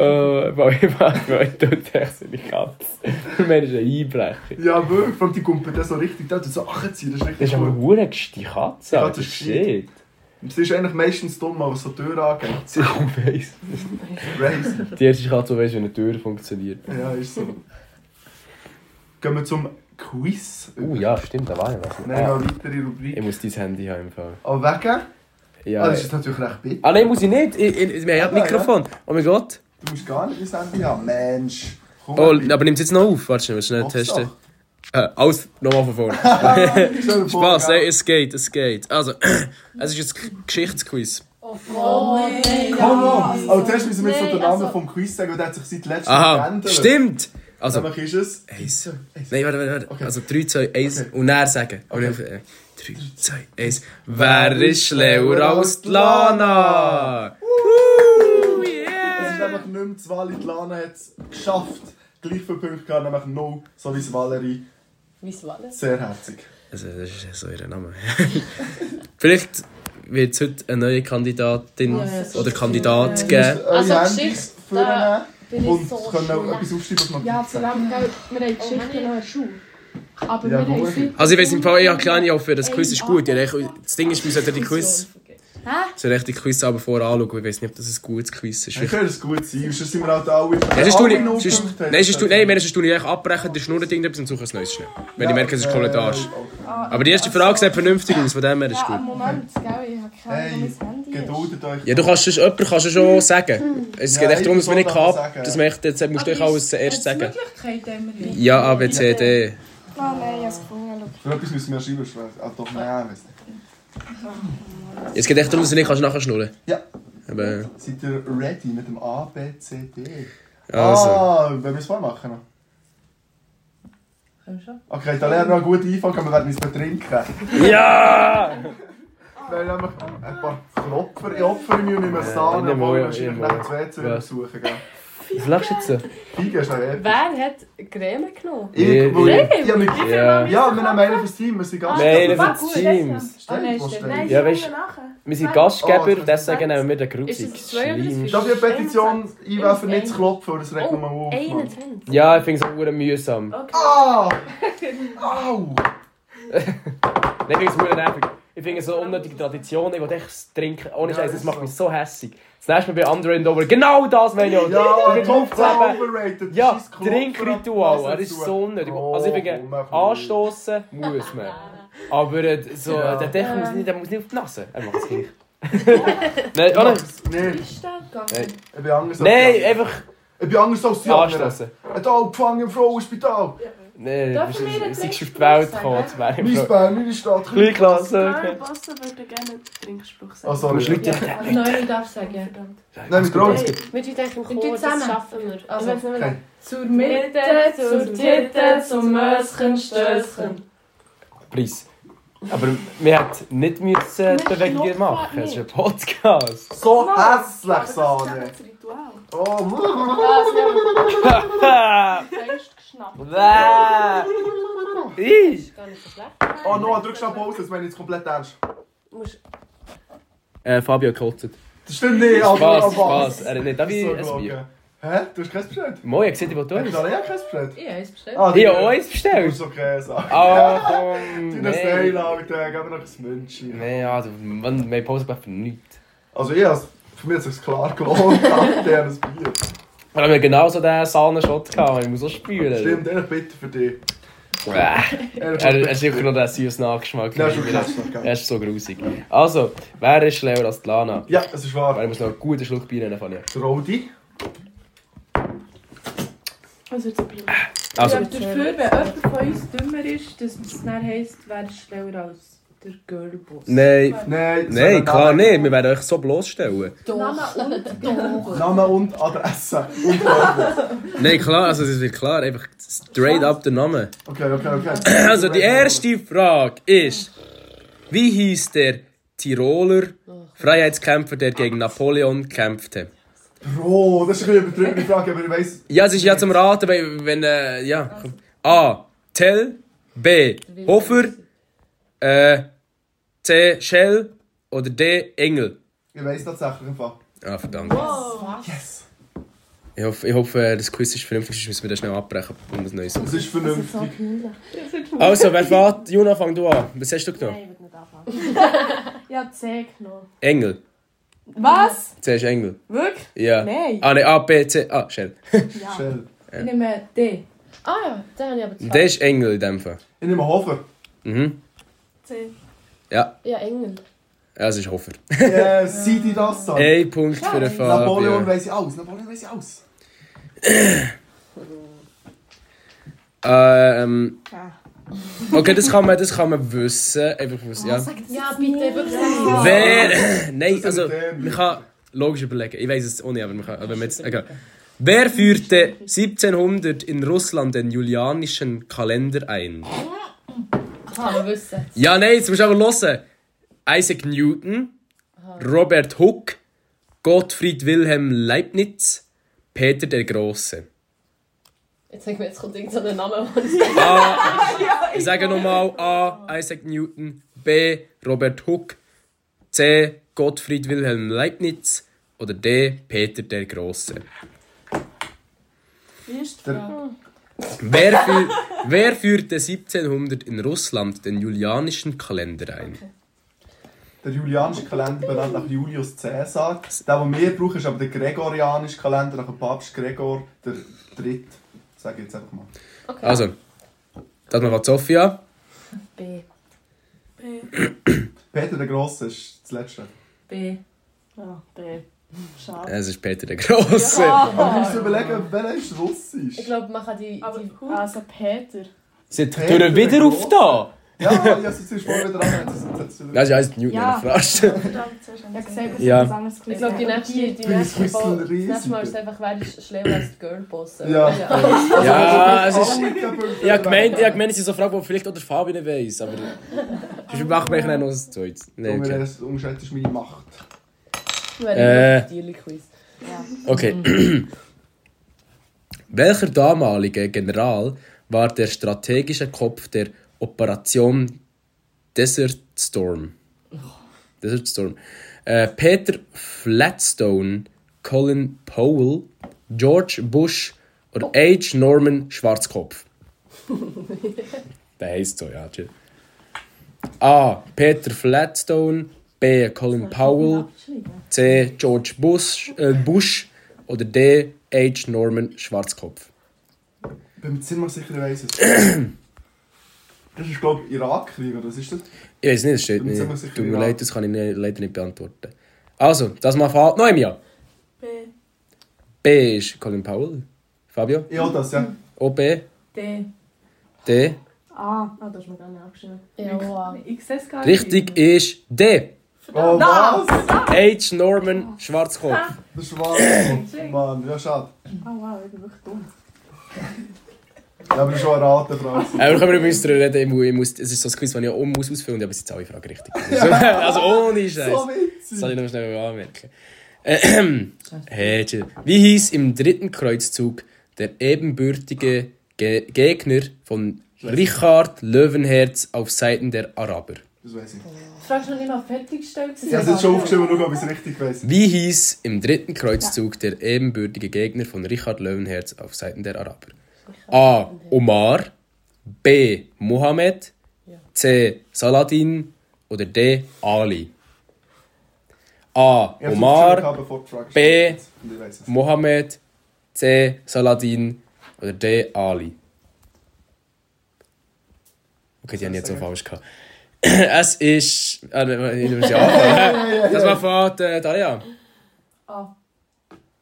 S2: weil ich mache mir heute und ich seine Katze. Der Mensch ist ein Einbrecher.
S1: Ja, wirklich. Vor allem, die kumpeln dann so richtig. Da tut so anziehen, das ist
S2: Das
S1: richtig
S2: ist aber
S1: cool.
S2: eine die Katze.
S1: Die
S2: Alter.
S1: Katze ist
S2: Shit.
S1: Sie ist eigentlich meistens dumm, was so die Tür angeht.
S2: Sie weiss.
S1: Crazy.
S2: (laughs) Die erste halt Katze, die weiss, wie eine Tür funktioniert.
S1: Ja, ist so. Gehen wir zum Quiz.
S2: Oh ja, stimmt, da war ich was.
S1: Nein,
S2: Ah,
S1: noch weitere
S2: ich
S1: Rubrik.
S2: muss dein Handy haben im Fall.
S1: Aber wegen?
S2: Ja,
S1: Ah, das ist natürlich recht bitter.
S2: Ah nein, muss ich nicht. Ich, ich, ich, wir haben
S1: Ah,
S2: ja Mikrofon. Oh mein Gott.
S1: Du musst gar nicht das Handy haben. Mensch. Komm,
S2: Oh,
S1: bitte.
S2: aber nimmt es jetzt noch auf? Warte schnell, wir müssen schnell
S1: Mach's
S2: testen.
S1: doch.
S2: Äh, alles nochmal von
S1: (laughs)
S2: vorne. Spaß, ey, es geht, es geht. Also, (clears throat) es ist jetzt ein Geschichtsquiz.
S8: Oh nein!
S1: Komm on! Oh, zuerst müssen wir jetzt noch den
S8: Nein,
S1: Namen
S8: also-
S1: vom Quiz sagen, weil der hat sich seit letztem Jahr
S2: Aha, stimmt! Also,
S1: Nämlich ist es...
S2: eins.
S1: Eins.
S2: Nein, warte, warte, warte.
S1: Okay.
S2: Also 3, 2, 1
S1: Okay.
S2: und näher sagen.
S1: Okay.
S2: Und dann, äh, 3, 2, 1. Wer ist schlauer als die Lana? Uh,
S1: Es ist
S2: yeah!
S1: einfach nicht mehr das Wally, die Lana hat es geschafft. Gleich viele Punkte gehabt, nämlich null, so wie es Valerie.
S8: Wie es war das?
S1: Sehr herzig.
S2: Also, das ist so ihr Name. (laughs) Vielleicht wird es heute eine neue Kandidatin
S8: Ja, das ist
S2: oder
S8: schön.
S2: Kandidat geben.
S1: Eure
S8: Also,
S1: Handys
S8: Geschichte,
S1: vornehmen
S8: Bin
S1: und
S8: ich so
S1: können auch
S8: schlecht.
S1: etwas aufschreiben, was man
S3: Ja, vor allem, gell, wir haben die Geschichte noch in der Schule. Aber
S1: Ja,
S3: wir haben
S1: gut.
S3: sie-
S2: Also ich weiß im Fall, ich habe kleine Hoffnung, das Quiz ist
S8: oh,
S2: gut. Ja, ich- Das Ding ist, wir sollten die Quiz... Sollten echt die Quiz selber vorher anschauen, ich weiß nicht, ob das ein gutes Quiz ist.
S1: Ich könnte es gut sein, sonst sind wir halt alle...
S2: Nein, sonst tue ich-
S1: Alle null
S2: sonst-
S1: Punkte haben.
S2: nein, sonst tue- nein, wenn sonst tue ich echt abbrechen, der schnurrt irgendetwas und suche ein neues schnell. Wenn ich merke, es ist komplett
S1: eh,
S2: Arsch. Aber die erste Frage sieht vernünftig aus, von dem her ist
S3: Ja,
S2: gut.
S3: am Moment, gell, ich habe keine Ahnung,
S1: Hey,
S3: wo mein Handy ist.
S1: geduldet euch.
S2: Ja, du kannst schon, jemand kannst du schon sagen. Es geht
S1: Ja,
S2: echt darum, dass wir
S1: ich
S2: nicht
S1: muss auch sagen,
S2: haben, dass
S1: ja.
S2: wir echt, jetzt musst du echt alles zuerst sagen.
S6: Möglichkeit haben wir
S2: Ja, A, B, C, D.
S3: Ah, nein, ich habe es gefunden.
S1: Für etwas müssen wir schreiben, schwer. Ah, doch, nein, weiss nicht.
S2: Es geht echt darum, dass du nicht kannst nachher schnurren.
S1: Ja.
S2: Aber,
S1: Seid ihr ready mit dem A, B, C, D?
S2: also.
S1: Ah, wollen wir es vormachen noch? Okay, da lernen wir noch einen guten Einfall, aber wir werden uns betrinken.
S2: eh. Ja!
S1: Wir haben nämlich ein paar Klopfer in Opfer und nehmen es an,
S2: Ja, in der
S1: obwohl wir
S2: Mauer,
S1: wahrscheinlich
S2: in der
S1: nach zwei zu
S2: Ja.
S1: übersuchen gehen.
S2: Was lachst du jetzt?
S1: Fiege ist noch eher.
S5: Wer hat Creme genommen?
S1: Ich, wo
S2: Ja.
S1: ich, ich hab mich-
S2: Ja. Ah,
S1: Ja, wir nehmen einen fürs Team, dus wir sind ganz
S2: Nein,
S1: aber-
S2: das sind Teams.
S1: Stimmt, wo Ah, steht?
S2: Ja, weißt wir sind Gastgeber,
S1: Ah,
S2: deswegen nehmen wir den
S5: Ist
S2: grusig.
S5: es zwei oder
S2: Schlimm.
S1: Darf ich eine Petition einwerfen, nicht zu klopfen, weil das regt
S5: Oh,
S1: nochmal auf. Mann.
S5: 21.
S2: Ja, ich finde es auch verdammt mühsam. (laughs)
S1: Ah! Au!
S2: Nein, ich finde es verdammt nervig. Ich finde so unnötige Traditionen, ich will echt das trinken. Ohne
S1: Ja,
S2: Scheiß,
S1: das
S2: das
S1: ist
S2: macht
S1: so.
S2: mich so hässig. Das nächste Mal bei Under and Over, genau das meine ich. auch.
S1: Ja,
S2: Ich bin
S1: top
S2: aufzuheben.
S1: overrated.
S2: Ja,
S1: Scheiss Klopfer,
S2: Trinkritual,
S1: Nase
S2: er ist
S1: zu.
S2: so unnötig.
S1: Oh,
S2: Also ich bin
S1: Komm,
S2: anstoßen muss man. Aber äh, so,
S1: Ja.
S2: der Dech muss nicht, der muss nicht auf die Nase. Er macht es (laughs) gleich. Nein, oh, nein.
S1: Nein,
S2: Nein.
S1: ich bin anders als
S2: nein,
S1: die anderen.
S2: einfach
S1: Ich bin anders als die anderen.
S2: anstoßen.
S1: Eine aufgefangene Frau im Spital.
S2: Nein, du
S8: Dürfen
S2: bist,
S8: wir
S2: du
S8: jetzt
S2: bist auf
S8: nicht
S2: die Welt
S8: sagen?
S2: gekommen, zu
S1: Mein
S2: werden.
S1: Bär, meine Stadt.
S2: Kleinklasse. okay. Also.
S6: nicht. Bosse würde gerne einen Trinkspruch sagen.
S1: Oh, sorry.
S2: Musst du Leute
S8: Nein, ich darf sagen.
S1: Nein, mit Drogen.
S5: Mit euch denke ich,
S8: Mit
S5: komm,
S8: euch
S5: das
S8: zusammen.
S5: schaffen wir.
S8: Also,
S5: ich weiss nicht
S1: Okay.
S5: mehr.
S8: Zur Mitte, zur Titte, zum Möschen, Stößchen.
S2: Preis. Aber wir hätten nicht müssen die Bewegungen machen. Es ist
S1: (laughs)
S2: ein Podcast.
S1: So hässlich,
S6: Das
S1: Sahne.
S6: ist
S3: (laughs)
S6: ein Ritual.
S1: Oh, mm.
S2: Ich.
S5: Gar nicht so schlecht.
S1: oh Noah, drück schnell Pause, das meine ich jetzt komplett ernst.
S5: Du musst-
S2: Äh, Fabio kotzt.
S1: Das stimmt nicht,
S2: Spaß,
S1: aber-
S2: Spaß. Er hat nicht. Darf ich
S1: So,
S2: ein Bier?
S1: okay. Hä? Du hast kein Bescheid?
S2: Moin, ich sehe dich, wo du
S1: Hast
S2: bist.
S1: du alle auch kein Bescheid?
S7: Ich habe bestellt.
S1: Ah,
S2: Ich
S1: die-
S2: habe uns
S1: Du
S2: bestellt.
S1: musst okay sagen.
S2: Ah,
S1: (laughs)
S2: komm.
S1: Deine Style,
S2: Nein,
S1: Alter, gib mir noch ein Münzchen.
S2: Nein, ja, du, Mann, meine Pause bleibt für nichts.
S1: Also ich has, für mich hat es klar
S2: (laughs)
S1: gelohnt, der das Bier.
S2: Wir haben ja genauso den Sahnenshot gehabt. Ich muss auch spüren.
S1: Stimmt, ehrlich bitte für dich.
S2: Bäh.
S1: Ehrlich,
S2: Er er ist sicher noch der süße Nachgeschmack.
S1: Nein, schon
S2: Er
S1: krass. okay.
S2: ist so grusig. Also, wer ist schlauer als die Lana?
S1: Ja, es ist
S2: Aber
S1: wahr.
S2: ich muss noch einen guten Schluck Bier nehmen von ihr.
S1: Der Rodi.
S6: Also jetzt bin ich.
S2: Also,
S7: Ich bin dafür, wenn jemand von uns dümmer ist, dass es dann heisst, wer ist schneller als der Girlboss.
S2: nein.
S1: Nein, so
S2: Nein,
S1: ein
S2: klar
S1: Name.
S2: nicht. Wir werden euch so bloßstellen.
S1: Name und Adresse. Und Logo.
S2: Nein, klar, also es wird klar, einfach straight up der Name.
S1: Okay, okay, okay.
S2: (laughs) Also die erste Frage ist, wie hieß der Tiroler Freiheitskämpfer, der gegen Napoleon kämpfte?
S1: Bro, das ist eine übertriebene Frage, aber ich weiss...
S2: Ja, es ist ja zum Raten, wenn, wenn äh, ja. komm. A. Tell, B. Hofer, äh, C. Shell oder D. Engel.
S1: Ich weiss tatsächlich einfach.
S2: Ah, verdammt.
S1: Yes.
S2: Ich hoffe, ich hoffe, das Quiz ist vernünftig, sonst müssen wir das schnell abbrechen und das Neues
S1: Das ist vernünftig.
S2: Also, wer fährt? Juna, fang du an. Was hast du genommen?
S5: Nein, ich will nicht anfangen.
S8: Ja, C genommen.
S2: Engel.
S8: Was?
S2: C ist Engel.
S8: Wirklich?
S2: Ja.
S8: Nein.
S2: Ah, ne, A, B, C. Ah, Shell.
S1: Schnell.
S7: Ich nehme D.
S5: Ah ja, den habe ich aber
S2: Der
S5: zwei.
S2: ist Engel in dem Fall.
S1: Ich nehme
S2: (laughs)
S1: Hofer.
S2: Mhm.
S5: Ja,
S2: Ja,
S5: Engel.
S2: es Also, ist Hofer.
S1: Äh, seid ihr das so?
S2: Ein Punkt für den
S1: Napoleon
S2: Fabio.
S1: weiss ich alles. Napoleon weiss ich alles.
S2: Ähm, okay, das kann man, das kann man wissen. Einfach wissen, ja.
S5: Ja, bitte, wirklich.
S2: Wer. (laughs) Nein, also,
S1: dämlich.
S2: man kann logisch überlegen. Ich weiß es ohne, aber man kann. Aber wenn man jetzt, okay. Wer führte 1700 in Russland den julianischen Kalender ein?
S5: Kann man wissen.
S2: Ja, nein, jetzt musst du aber hören. Isaac Newton, Robert Hooke, Gottfried Wilhelm Leibniz, Peter der Große.
S5: Jetzt denke ich mir, jetzt kommt irgendein Name, den ich
S2: A. Ich sage nochmal A. Isaac Newton. B. Robert Hooke. C. Gottfried Wilhelm Leibniz. Oder D. Peter der Große.
S1: Der,
S2: Wer, führ wer führte 1700 in Russland den julianischen Kalender ein?
S1: der julianische Kalender benannt nach Julius Caesar. Der, den wir brauchen, ist aber der gregorianische Kalender nach dem Papst Gregor der Dritte. Sag ich jetzt einfach mal.
S2: Also, das war Sofia.
S5: B.
S1: Peter der Grosse ist das Letzte.
S9: B.
S10: Ja, B. Schade.
S2: Es ist Peter der Große.
S1: Aber wir müssen überlegen, welcher ist Russisch?
S5: Ich glaube, man kann die...
S3: Aber
S5: die
S3: also Peter.
S11: Sie hat durch wieder auf da.
S1: Ja, ja, ich habe es zuerst vorher dran. jetzt ist es- jetzt ist
S2: Das heißt Newton,
S3: Ja.
S2: fragst.
S3: Ich habe gesagt, dass
S2: Ja.
S3: ich was anderes
S10: Ich
S3: gelesen
S10: glaube, die
S3: habe.
S10: nächste, die
S1: Bin ich
S10: nächste
S1: ein bisschen
S10: Folge, das nächste Mal ist
S1: riesig?
S10: einfach, wer ist schlauer als die Girlboss?
S1: es- Ja, Oh
S2: Ja, Ah, es Also, ist. Ich
S1: Ja,
S2: habe gemeint, ich habe gemeint, es ist so eine Frage, die vielleicht auch der Fabi nicht weiss. Aber. Sonst machen wir eigentlich noch ein zweites. Nein,
S1: Und
S2: okay.
S1: wir unterschätzt meine Macht.
S2: Äh.
S10: Wer ist Quiz?
S2: Okay. (clears throat) Welcher damalige General war der strategische Kopf der Operation Desert Storm? Desert Storm. Äh, Peter Flatstone, Colin Powell, George Bush oder H. Norman Schwarzkopf? der heißt so, ja. chill. A. Peter Flatstone, B. Colin Powell, C. George Bush, äh, Bush oder D. H. Norman Schwarzkopf.
S1: Ich bin mir ziemlich sicher, ich weiss es. (clears throat) Das ist, glaube ich, Irakkrieg, oder was ist das?
S2: Ich weiß nicht, das steht
S1: Bin
S2: nicht.
S1: ziemlich sicher,
S2: Tut mir
S1: ja.
S2: leid, das kann ich nicht, leider nicht beantworten. Also, das mal fällt noch im Jahr.
S12: B.
S2: B ist Colin Powell. Fabio?
S1: Ja, das, ja.
S2: O, B,
S9: D.
S2: D.
S9: Ah, ah das ist mir gar nicht abgeschrieben.
S5: Ja, wow.
S9: Ich sehe es gar nicht.
S2: Richtig ist D.
S1: Oh, was?
S2: H. Norman Schwarzkopf.
S1: Das ist Wahnsinn. Mann, ja, schade.
S9: Ah, wow, ich bin wirklich dumm.
S1: Ja, aber das ist schon eine rate Frage.
S2: Äh, wir können übrigens darüber reden, ich muss, ich muss, es ist so ein Quiz, das ich auch muss ausfüllen muss, aber es sind alle Fragen
S1: (laughs)
S2: richtig. Also, also ohne Scheiß.
S1: So
S2: Das
S1: witzig.
S2: soll ich noch schnell anmerken. (clears throat) Ähm, hey, chill. Wie hieß im dritten Kreuzzug der ebenbürtige Ge Gegner von Richard Löwenherz auf Seiten der Araber?
S1: Das weiss ich. Ich
S9: Die Frage ist noch nicht mal fertiggestellt.
S1: habe es jetzt schon aufgeschrieben, nur ob ich es richtig weiss.
S2: Wie hieß im dritten Kreuzzug der ebenbürtige Gegner von Richard Löwenherz auf Seiten der Araber? A. Omar B. Mohammed C. Saladin oder D. Ali A.
S1: Ich habe es
S2: Omar
S1: aufgeschrieben, bevor die Frage
S2: B.
S1: steht. Und ich weiss es.
S2: Mohammed, C. Saladin oder D. Ali. Okay, die haben jetzt so falsch gehabt. (clears throat) Es ist. Ah, nein, nein, ich muss ja anfangen. Das war von äh, Dalia.
S9: Ah.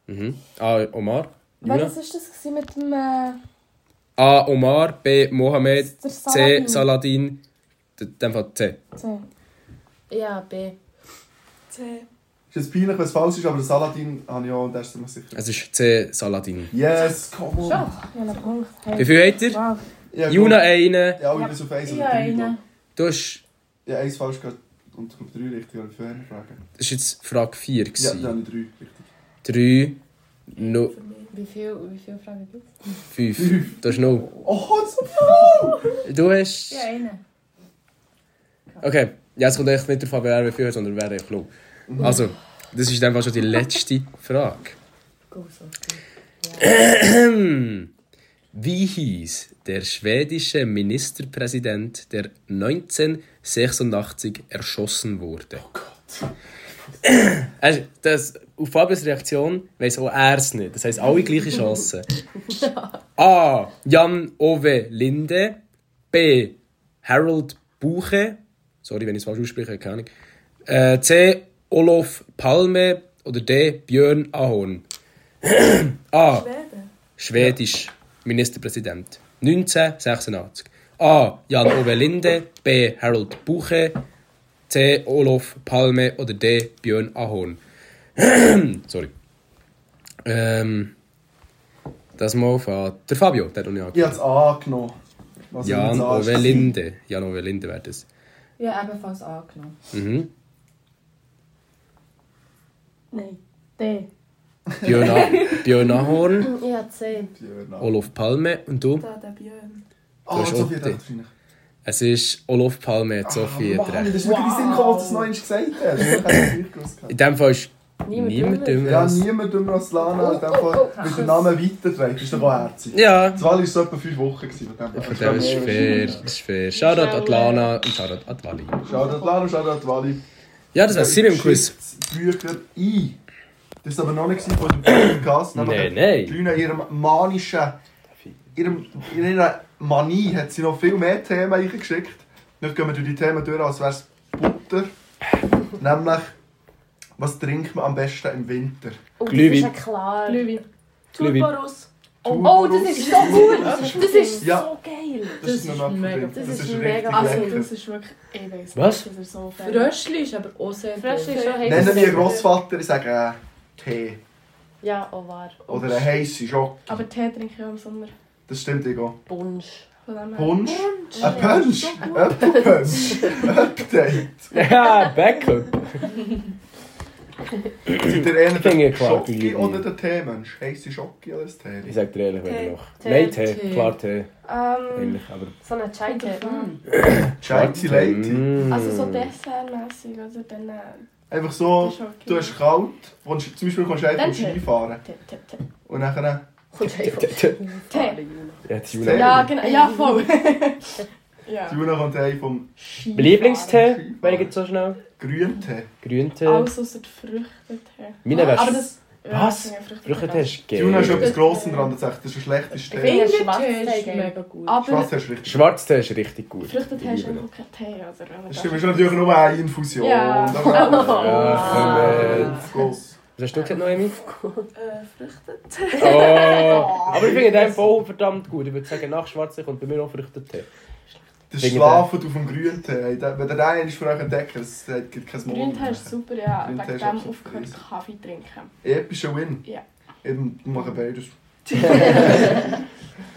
S2: Mhm. A. Omar. Juna.
S3: Was war das gewesen mit dem... Äh,
S2: A. Omar, B. Mohammed,
S3: der
S2: C.
S3: Saladin?
S2: Saladin. D- In dem Fall C.
S3: C.
S5: Ja, B.
S12: C.
S1: Ist jetzt peinlich, wenn es falsch ist, aber der Saladin habe ich auch und der ist mir sicher.
S2: Es ist C. Saladin.
S1: Yes, come on.
S3: Ja, Oh, einen Punkt.
S2: Wie
S3: Hey.
S2: viel habt ihr?
S3: Wow.
S1: Ja, gut.
S2: Juna äh. einen.
S1: Ja, ich bin auf 1
S9: Ich
S1: oder
S9: habe
S1: 3.
S9: einen.
S2: Du hast.
S1: Ja, 1 falsch gehabt und ich habe 3 richtig, aber ich habe eine Frage.
S2: Das war jetzt Frage 4.
S1: Ja, dann habe ich 3 richtig.
S2: 3, 0.
S5: Wie viel, wie viel Fragen gibt es?
S2: 5. Das ist noch.
S1: Oh, so viel!
S2: Du hast.
S9: Ja, einen.
S2: Okay, ja, es kommt echt nicht darauf an, wer wie viel hat, sondern wer ich glaube. Also, das ist dann schon die letzte Frage. Wie hieß der schwedische Ministerpräsident, der 1986 erschossen wurde? Oh Gott. Also, das, auf Fabius Reaktion weiß auch er es nicht. Das heisst, alle gleiche Chancen. A. Jan Ove Linde. B. Harold Buche. Sorry, wenn ich es falsch ausspreche, keine Ahnung. Äh, C. Olof Palme. Oder D. Björn Ahorn. A. Schwedisch. Ministerpräsident.
S13: 1986. A. Jan Ove Linde. B. Harold Buche. C. Olof Palme. Oder D. Björn Ahorn. (clears throat) Sorry. Ähm, das mal von der Fabio, der hat noch nicht
S1: Ich habe es angenommen. Was ich
S13: Jan
S1: jetzt
S13: Ove
S1: angenommen habe.
S13: Linde. Jan Ove Linde wäre das.
S8: Ja, ebenfalls angenommen.
S13: Mhm.
S3: Nein. D.
S13: Björn, ah
S1: (laughs)
S13: Björn Ahorn.
S5: Ich habe 10.
S13: Olof Palme. Und du?
S6: Da, der
S1: genau.
S6: Björn.
S1: Ah, oh,
S13: hast
S1: Sophie
S13: auch
S1: hat wahrscheinlich.
S13: Es ist Olof Palme, Sophie hat
S1: Ah, Mann,
S13: recht.
S1: das ist wirklich Sinn gekommen, dass du es noch einmal gesagt hast. Ich hätte es nicht gewusst.
S13: In dem Fall ist
S5: Niemand
S13: niemand
S5: dümmer.
S13: dümmer.
S1: Ja,
S13: als-
S1: niemand dümmer als Lana,
S5: Oh,
S1: in dem Fall, weil der Name weiterträgt, ist doch auch herzig.
S13: Ja,
S1: Das Wahl war so etwa fünf Wochen, gewesen, von dem
S13: von dem ist fair. Das ist fair. Shoutout an Lana und Shoutout an Wally.
S1: Schau dir Lana, schau dir Wally.
S13: Ja, das war's. Sie im
S1: (laughs)
S13: Quiz.
S1: Bücher ein. Das war aber noch nicht von dem Podcast.
S13: Nein, nein.
S1: Lina, in ihrem manischen. Ihrem, in ihrer Manie hat sie noch viel mehr Themen eingeschickt. Nicht gehen wir durch die Themen durch, als wäre es Butter. Nämlich, was trinkt man am besten im Winter?
S5: Oh, das
S13: Glühwein.
S5: ist ja klar.
S3: Glühwein.
S13: Glühwein.
S6: Turborus.
S5: Oh, das ist so gut. Das ist
S1: Ja.
S5: so geil.
S1: Das, ist noch ein
S6: mega-
S1: Problem.
S5: das ist mega-
S1: richtig
S3: Also,
S1: lecker.
S3: das ist wirklich. Ich weiß
S13: Was?
S3: nicht, das ist so fern.
S8: Fröschli ist aber auch sehr
S5: Fresh ist schon
S1: Nennen wir einen Grossvater, ich sage äh, Tee.
S5: Ja, oh, auch wahr.
S1: Oder einen heissen Schock.
S3: Aber Tee trinke ich auch im Sommer.
S1: Das stimmt, Ego.
S5: Bunsch.
S3: Von dem her.
S1: Punsch? Ein Punsch? Apfelpunsch? Update?
S2: Ja, Backup.
S1: Seid ihr eher
S2: Finde
S1: der
S2: ich klar,
S1: Schocki
S2: Glühwein.
S1: oder der Teemensch? Heisse Schocki oder das Tee?
S2: Ich sag dir ehrlich, wenn
S5: Tee.
S2: ich noch.
S5: Tee.
S2: Nein, Tee. Klar Tee.
S3: Ähm.
S2: Eigentlich, aber...
S5: So eine Chai-Tee.
S1: Scheitsi Leute.
S2: Mm.
S3: Also, so dessertmässig, also dann. äh,
S1: Einfach so,
S3: das ist okay.
S1: Oh, du hast kalt, wohnst, zum Beispiel kannst du einfach
S3: Dann Tee.
S1: Skifahren.
S3: Tee, Tee, Tee.
S1: Und dann...
S5: Kommst einfach
S3: Tee.
S2: Ja, die
S1: Tee.
S2: Juna.
S3: Ja, genau. (laughs) Ja, voll. ja.
S1: äh, Juna kommt heim vom
S2: Lieblingstee, wenn ich jetzt so schnell...
S1: Grüntee.
S2: Grüntee.
S3: Alles außer die Früchtetee.
S2: Meine
S3: Aber
S2: wär's...
S3: das.
S2: Was?
S3: Ja, Früchtetee.
S2: Früchtetee ist
S1: Juna ist
S2: geil.
S1: etwas Grosses dran und sagt, das ist der schlechteste Tee.
S5: finde
S7: Ingwertee ist mega gut.
S5: Ah.
S3: Aber.
S1: Schwarz hast du richtig.
S2: Schwarztee ist richtig gut.
S3: Früchtetee
S2: Ich
S3: ist
S2: liebe ihn.
S3: einfach kein Tee, oder? wenn man
S1: Das stimmt, ist natürlich nur eine Infusion.
S3: Ja. (laughs)
S2: Ja, komm
S1: Auf Goss.
S2: Was hast du gesagt, Noemi?
S6: Äh,
S2: (laughs)
S6: Früchte.
S2: Oh.
S1: (laughs)
S2: Aber ich finde den Baum verdammt gut. Ich würde sagen, nach Schwarztee kommt bei mir auch Früchtetee.
S1: Das
S2: Wegen
S1: Schlafen auf dem
S2: eh,
S1: Grüntee. Wenn der einen ist, für euch entdecken,
S2: dus
S1: es hat kein Mond.
S3: Grüntee ist super, ja.
S1: Grüntee
S3: Wegen
S1: ist
S3: dem
S1: absolut
S3: aufgehört
S1: crazy.
S3: Kaffee trinken.
S1: Epischer Win.
S3: Ja.
S1: Eben, wir machen
S2: dus
S1: beides.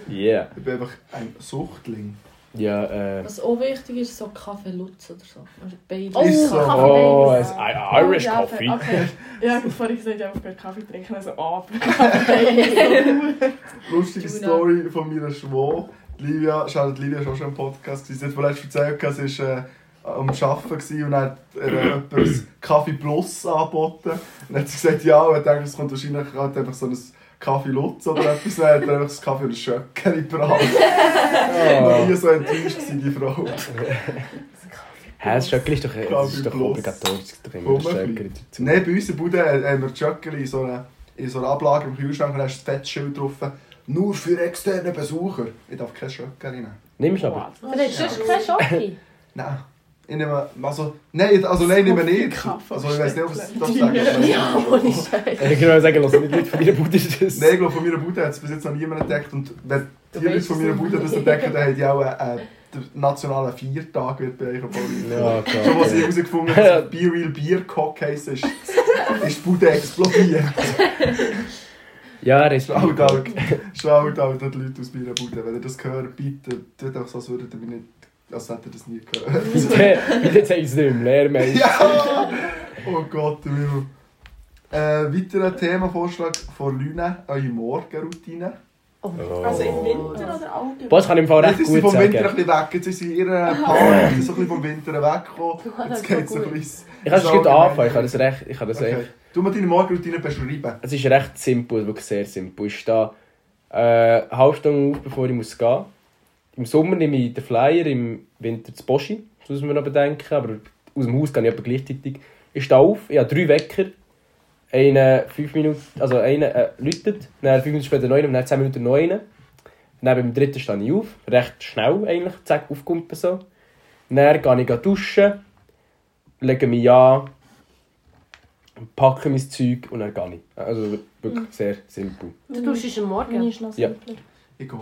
S2: Yeah.
S1: Ich bin einfach ein Suchtling.
S2: Ja, äh...
S8: Was auch wichtig ist, so Kaffee Lutz oder so. Oder Baileys.
S5: Oh,
S1: Ist so.
S5: Kaffee
S2: Oh,
S5: Baileys.
S2: ein I- Irish
S3: ja,
S2: Coffee.
S3: Okay. Ja, bevor ich gesagt habe, ich aufgehört Kaffee trinken,
S2: (laughs)
S3: also ab. Kaffee.
S1: Lustige Story von meiner Schwau. Die Livia, schaut Livia ist auch schon im Podcast. gewesen. Sie hat vorletzt erzählt, gehabt, sie war äh, am Arbeiten gewesen und hat ihr etwas Kaffee Plus angeboten. Und dann hat sie gesagt, ja, und ich denke, es kommt wahrscheinlich gerade einfach so ein Kaffee Lutz oder etwas. Dann hat er einfach das Kaffee und ein Schöckchen gebracht. Und
S2: Oh.
S1: die so enttäuscht war, die Frau.
S2: Hä, das Schöckli ist doch, das ist doch
S1: Kaffee plus.
S2: obligatorisch. Da kriegen wir das
S1: Hummerli.
S2: Schöckli dazu.
S1: Nein, bei uns in Bude haben wir Jöckeli in so einer, in so einer Ablage im Kühlschrank und da ist das Fettschild drauf. Nur für externe Besucher. Ich darf kein Jöckeli nehmen.
S2: Nimmst du aber.
S5: Du hast sonst keine Schocke.
S1: Nein. Ich nehme, also, nein, also nein, ich nehme nicht.
S3: Kaffee
S1: Also ich weiß nicht, ob ich das
S3: stecken.
S1: sagen darf.
S5: Ja, ohne Scheiß.
S2: Ich würde sagen, lass nicht Leute von deiner Bude das.
S1: Nein, ich glaube, von meiner Bude hat es bis jetzt noch niemand entdeckt. Und wenn die Leute von meiner Bude das entdecken, dann haben die auch äh, den nationalen Viertag wird bei euch abonniert.
S2: Ja, klar.
S1: Schon als ich herausgefunden habe, dass Be Real Bier Cock heisst, ist, ist die Bude explodiert.
S2: Ja, Respekt.
S1: Shoutout, Shoutout an die Leute aus meiner Bude. Wenn ihr das hört, bitte tut auch so, als würdet ihr mich nicht, als hättet ihr das nie gehört.
S2: Jetzt haben sie es nicht im Lehrmensch.
S1: ja! Oh Gott, du Himmel. Äh, weiterer Themenvorschlag von Lüne, eure Morgenroutine.
S6: Also im
S2: Oh.
S6: Winter oder allgemein?
S2: Was kann ich im Fall Oh, recht
S1: Jetzt ist sie
S2: gut
S1: vom Winter ein
S2: sagen.
S1: bisschen weg, jetzt ist sie in ihrer Panik, sie ist so ein bisschen vom Winter weggekommen. Jetzt geht es ein bisschen...
S2: Ich kann es gut anfangen. Ich kann das recht. Ich kann das echt.
S1: Okay. Du mal deine Morgenroutine beschreiben.
S2: Es ist recht simpel, wirklich sehr simpel. Ich stehe äh, eine halbe Stunde auf, bevor ich muss gehen Im Sommer nehme ich den Flyer, im Winter das Boschi, das muss man noch bedenken. Aber aus dem Haus gehe ich etwa gleichzeitig. Ich stehe auf, ich habe drei Wecker. Einen fünf Minuten, also einen äh, läutet, dann fünf Minuten später neun, dann zehn Minuten neun. Dann beim dritten stehe ich auf, recht schnell eigentlich, zack, aufkumpeln so. Dann gehe ich duschen, lege mich an, packe mein Zeug und dann gehe ich. Also wirklich sehr simpel.
S5: Du duschst am Morgen.
S3: Mm.
S5: Eh,
S3: Meine ist noch
S2: Ja.
S3: simpler.
S1: Ich gehe.